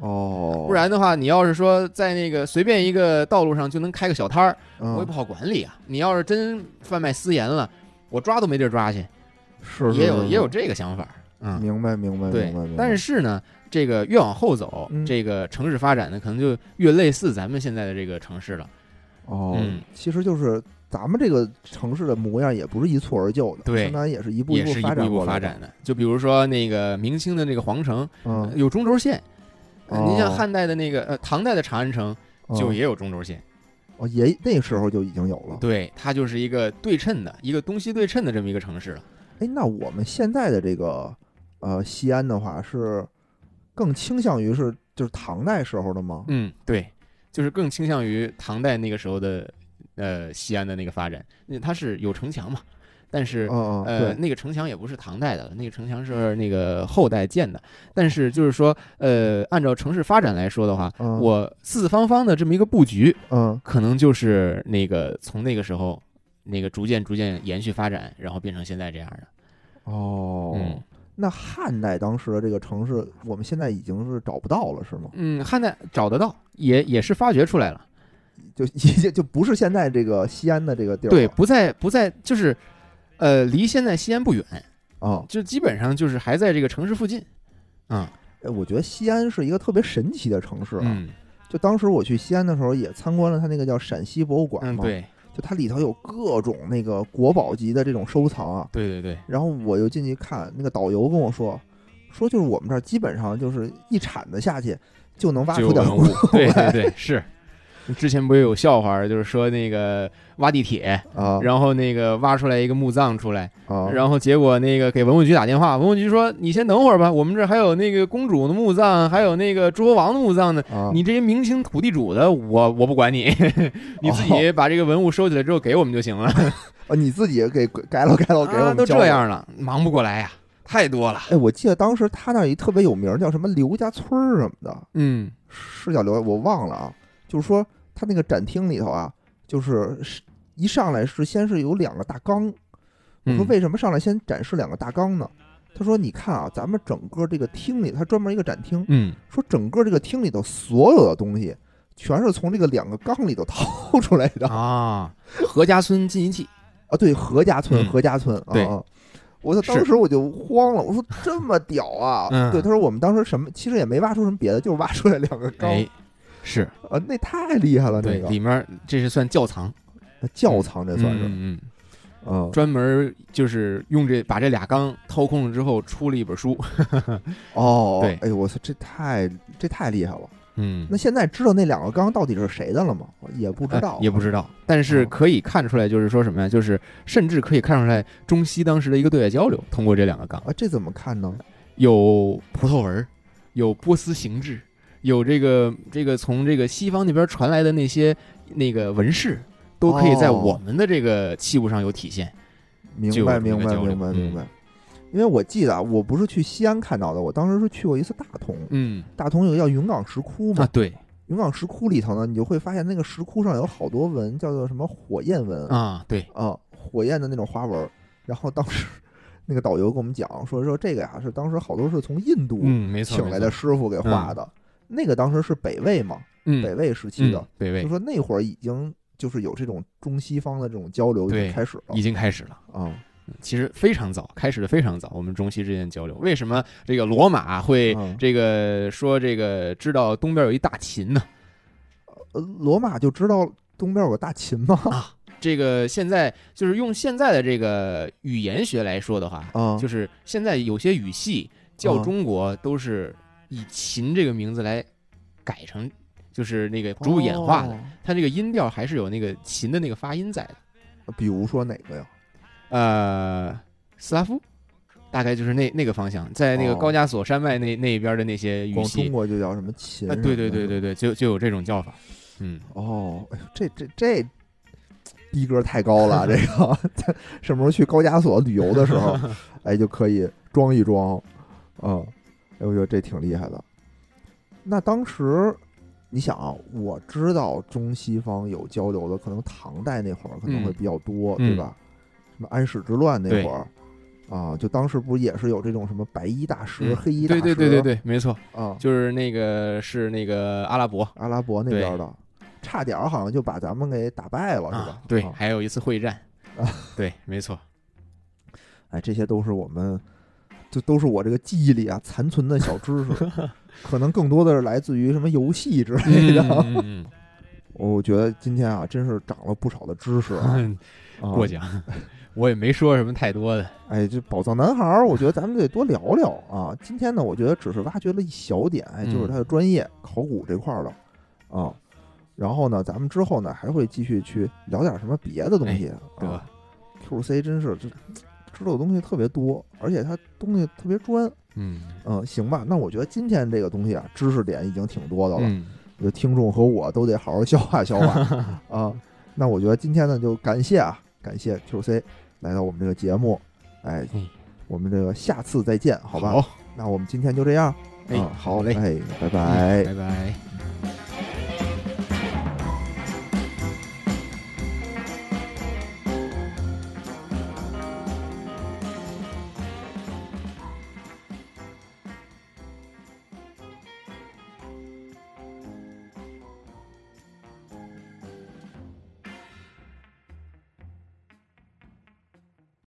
[SPEAKER 1] 哦，
[SPEAKER 2] 不然的话，你要是说在那个随便一个道路上就能开个小摊儿，
[SPEAKER 1] 嗯、
[SPEAKER 2] 我也不好管理啊。你要是真贩卖私盐了，我抓都没地儿抓去，
[SPEAKER 1] 是是
[SPEAKER 2] 也有
[SPEAKER 1] 是
[SPEAKER 2] 也有这个想法儿。嗯，
[SPEAKER 1] 明白明白
[SPEAKER 2] 对
[SPEAKER 1] 明白明白。。
[SPEAKER 2] 但是呢，这个越往后走，
[SPEAKER 1] 嗯
[SPEAKER 2] 这个城市发展呢，可能就越类似咱们现在的这个城市了。
[SPEAKER 1] 哦，
[SPEAKER 2] 嗯
[SPEAKER 1] 其实就是咱们这个城市的模样也不是一蹴而就的，
[SPEAKER 2] 对
[SPEAKER 1] 相当于也是一步
[SPEAKER 2] 也
[SPEAKER 1] 步
[SPEAKER 2] 是一
[SPEAKER 1] 发
[SPEAKER 2] 步
[SPEAKER 1] 展
[SPEAKER 2] 一步
[SPEAKER 1] 过来
[SPEAKER 2] 发
[SPEAKER 1] 的。
[SPEAKER 2] 展的，就比如说那个明清的那个皇城
[SPEAKER 1] 嗯，
[SPEAKER 2] 有中轴线，呃
[SPEAKER 1] 哦
[SPEAKER 2] 您像汉代的那个呃唐代的长安城
[SPEAKER 1] 嗯
[SPEAKER 2] 就也有中轴线，
[SPEAKER 1] 哦也那时候就已经有了。
[SPEAKER 2] 对，它就是一个对称的一个东西对称的这么一个城市了。
[SPEAKER 1] 哎，那我们现在的这个呃西安的话是更倾向于是就是唐代时候的吗？
[SPEAKER 2] 嗯，对，就是更倾向于唐代那个时候的呃西安的那个发展，那它是有城墙嘛，但是。
[SPEAKER 1] 嗯嗯，
[SPEAKER 2] 呃，
[SPEAKER 1] 对，
[SPEAKER 2] 那个城墙也不是唐代的了，那个城墙是那个后代建的。但是就是说，呃，按照城市发展来说的话，
[SPEAKER 1] 嗯
[SPEAKER 2] 我四四方方的这么一个布局，
[SPEAKER 1] 嗯，
[SPEAKER 2] 可能就是那个从那个时候，那个逐渐逐渐延续发展，然后变成现在这样的。
[SPEAKER 1] 哦，
[SPEAKER 2] 嗯
[SPEAKER 1] 那汉代当时的这个城市，我们现在已经是找不到了，是吗？
[SPEAKER 2] 嗯，汉代找得到，也也是发掘出来了。
[SPEAKER 1] 就已经 <laughs> 就不是现在这个西安的这个地儿了，
[SPEAKER 2] 对，不在不在，就是，呃，离现在西安不远，
[SPEAKER 1] 啊、
[SPEAKER 2] 就基本上就是还在这个城市附近。啊，
[SPEAKER 1] 哎我觉得西安是一个特别神奇的城市、啊。
[SPEAKER 2] 嗯
[SPEAKER 1] 就当时我去西安的时候，也参观了它那个叫陕西博物馆
[SPEAKER 2] 嗯，
[SPEAKER 1] 嘛，，
[SPEAKER 2] 对
[SPEAKER 1] 就它里头有各种那个国宝级的这种收藏啊，
[SPEAKER 2] 对对对，
[SPEAKER 1] 然后我就进去看，那个导游跟我说，说就是我们这儿基本上就是一铲子下去就能挖
[SPEAKER 2] 就
[SPEAKER 1] 出点
[SPEAKER 2] 文
[SPEAKER 1] 古
[SPEAKER 2] 物，对对对，是。之前不是有笑话儿，就是说那个挖地铁，
[SPEAKER 1] 啊
[SPEAKER 2] 然后那个挖出来一个墓葬出来，
[SPEAKER 1] 啊，
[SPEAKER 2] 然后结果那个给文物局打电话，文物局说你先等会儿吧，我们这儿还有那个公主的墓葬，还有那个诸侯王的墓葬呢。
[SPEAKER 1] 啊
[SPEAKER 2] 你这些明清土地主的，我我不管你， <laughs> 你自
[SPEAKER 1] 哦
[SPEAKER 2] 己把这个文物收起来之后给我们就行了。
[SPEAKER 1] 啊你自己给改了改了给我
[SPEAKER 2] 啊
[SPEAKER 1] 们
[SPEAKER 2] 都
[SPEAKER 1] 交了
[SPEAKER 2] 这样了，忙不过来呀、太多了。
[SPEAKER 1] 哎，我记得当时他那儿有一特别有名儿叫什么刘家村儿什么的，
[SPEAKER 2] 嗯
[SPEAKER 1] 是叫刘，我忘了啊。就是说他那个展厅里头啊，就是是一上来是先是有两个大缸，我说
[SPEAKER 2] 嗯
[SPEAKER 1] 为什么上来先展示两个大缸呢？他说：“你看啊，咱们整个这个厅里，它专门一个展厅，
[SPEAKER 2] 嗯，
[SPEAKER 1] 说整个这个厅里头所有的东西，全是从这个两个缸里头 <laughs> 掏出来的 <laughs>
[SPEAKER 2] 啊，何家村进行器，
[SPEAKER 1] 啊。对，何家村，
[SPEAKER 2] 嗯
[SPEAKER 1] 何家村啊
[SPEAKER 2] 对
[SPEAKER 1] 啊。我就是当时我就慌了，我说这么屌啊！
[SPEAKER 2] 嗯
[SPEAKER 1] 对，他说我们当时什么，其实也没挖出什么别的，就是挖出来两个缸、
[SPEAKER 2] 哎，是
[SPEAKER 1] 啊，那太厉害了，
[SPEAKER 2] 对
[SPEAKER 1] 那，个
[SPEAKER 2] 里面儿这是算窖藏，
[SPEAKER 1] 那窖藏这算是，
[SPEAKER 2] 嗯嗯，
[SPEAKER 1] 嗯，
[SPEAKER 2] 专门儿就是用这把这俩缸掏空了之后出了一本书，
[SPEAKER 1] 哦
[SPEAKER 2] 对，
[SPEAKER 1] 哎，我操，这太这太厉害了。
[SPEAKER 2] 嗯
[SPEAKER 1] 那现在知道那两个缸到底是谁的了吗？也不知道，
[SPEAKER 2] 哎
[SPEAKER 1] 啊
[SPEAKER 2] 也不知道，但是
[SPEAKER 1] 哦
[SPEAKER 2] 可以看出来，就是说什么呀？就是甚至可以看出来中西当时的一个对外交流，通过这两个缸，
[SPEAKER 1] 啊，这怎么看呢？
[SPEAKER 2] 有葡萄纹儿，有波斯形制，有这个这个从这个西方那边传来的那些那个纹饰，都可以在
[SPEAKER 1] 哦
[SPEAKER 2] 我们的这个器物上有体现。
[SPEAKER 1] 明白，
[SPEAKER 2] 就有
[SPEAKER 1] 明
[SPEAKER 2] 这个
[SPEAKER 1] 白，
[SPEAKER 2] 交流
[SPEAKER 1] 明白，
[SPEAKER 2] 嗯
[SPEAKER 1] 明白。因为我记得啊，我不是去西安看到的，我当时是去过一次大同，
[SPEAKER 2] 嗯，
[SPEAKER 1] 大同有个叫云冈石窟嘛，
[SPEAKER 2] 啊对
[SPEAKER 1] 云冈石窟里头呢，你就会发现那个石窟上有好多纹，叫做什么火焰纹
[SPEAKER 2] 啊对，
[SPEAKER 1] 啊，火焰的那种花纹。然后当时 <laughs> 那个导游跟我们讲说，说这个呀是当时好多是从印度
[SPEAKER 2] 嗯没错，
[SPEAKER 1] 请来的
[SPEAKER 2] 没错
[SPEAKER 1] 师傅给画的，那个当时是北魏嘛，
[SPEAKER 2] 嗯
[SPEAKER 1] 北魏时期的
[SPEAKER 2] 嗯，北
[SPEAKER 1] 就
[SPEAKER 2] 魏
[SPEAKER 1] 说那会儿已经就是有这种中西方的这种交流
[SPEAKER 2] 对
[SPEAKER 1] 就开始了
[SPEAKER 2] 已经开始了。
[SPEAKER 1] 啊，
[SPEAKER 2] 其实非常早，开始的非常早。我们中西之间的交流，为什么这个罗马会
[SPEAKER 1] 嗯
[SPEAKER 2] 这个说这个知道东边有一大秦呢？
[SPEAKER 1] 呃罗马就知道东边有个大秦
[SPEAKER 2] <laughs>
[SPEAKER 1] 嘛，
[SPEAKER 2] 这个现在就是用现在的这个语言学来说的话，
[SPEAKER 1] 啊
[SPEAKER 2] 就是现在有些语系叫中国都是以秦这个名字来改成，就是那个逐步演化的，
[SPEAKER 1] 哦
[SPEAKER 2] 它这个音调还是有那个秦的那个发音在的。
[SPEAKER 1] 哦比如说哪个呀？
[SPEAKER 2] 呃，斯拉夫。大概就是那那个方向，在那个
[SPEAKER 1] 哦
[SPEAKER 2] 高加索山脉那那边的那些语
[SPEAKER 1] 光
[SPEAKER 2] 系，
[SPEAKER 1] 中国就叫什么秦
[SPEAKER 2] 啊，
[SPEAKER 1] 什么的？
[SPEAKER 2] 对对对对对，就就有这种叫法。嗯，
[SPEAKER 1] 哦，哎呦，这这这逼格太高了，这个什么时候去高加索旅游的时
[SPEAKER 2] <laughs>
[SPEAKER 1] 候，哎，就可以装一装，嗯，哎，我觉得这挺厉害的。那当时，你想啊，我知道中西方有交流的，可能唐代那会儿可能会
[SPEAKER 2] 嗯
[SPEAKER 1] 比较多，
[SPEAKER 2] 嗯
[SPEAKER 1] 对吧？什么安史之乱那会儿。啊，就当时不是也是有这种什么白衣大师、
[SPEAKER 2] 嗯
[SPEAKER 1] 黑衣大
[SPEAKER 2] 对
[SPEAKER 1] 师，
[SPEAKER 2] 对对对对，没错，
[SPEAKER 1] 啊，
[SPEAKER 2] 就是那个是那个阿拉伯
[SPEAKER 1] 阿拉伯那边的，差点儿好像就把咱们给打败了，是吧
[SPEAKER 2] 啊？，对，
[SPEAKER 1] 啊
[SPEAKER 2] 还有一次会战
[SPEAKER 1] 啊，
[SPEAKER 2] 对，没错，
[SPEAKER 1] 哎，这些都是我们，就都是我这个记忆里啊残存的小知
[SPEAKER 2] <laughs>
[SPEAKER 1] 识，可能更多的是来自于什么游戏之类的。
[SPEAKER 2] 嗯嗯
[SPEAKER 1] 我觉得今天啊，真是长了不少的知识
[SPEAKER 2] <laughs>
[SPEAKER 1] 啊。
[SPEAKER 2] 嗯，
[SPEAKER 1] 啊
[SPEAKER 2] 过奖，我也没说什么太多的，
[SPEAKER 1] 哎，这宝藏男孩儿，我觉得咱们得多聊聊
[SPEAKER 2] <laughs>
[SPEAKER 1] 啊。今天呢，我觉得只是挖掘了一小点，哎，
[SPEAKER 2] 嗯
[SPEAKER 1] 就是他的专业考古这块儿的啊。然后呢，咱们之后呢还会继续去聊点什么别的东西啊。
[SPEAKER 2] 哎对吧？
[SPEAKER 1] QC 真是这知道的东西特别多，而且它东西特别专。
[SPEAKER 2] 嗯
[SPEAKER 1] 嗯，行吧，那我觉得今天这个东西啊，知识点已经挺多的了，
[SPEAKER 2] 嗯，
[SPEAKER 1] 我觉得听众和我都得好好消化消
[SPEAKER 2] <laughs>
[SPEAKER 1] 化啊。那我觉得今天呢，就感谢啊，感谢 QC 来到我们这个节目，哎
[SPEAKER 2] 嗯，
[SPEAKER 1] 我们这个下次再见，好吧？
[SPEAKER 2] 好，
[SPEAKER 1] 那我们今天就这样，
[SPEAKER 2] 哎
[SPEAKER 1] 啊，好
[SPEAKER 2] 好嘞
[SPEAKER 1] 哎，拜
[SPEAKER 2] 嗯
[SPEAKER 1] 拜。
[SPEAKER 2] 拜拜。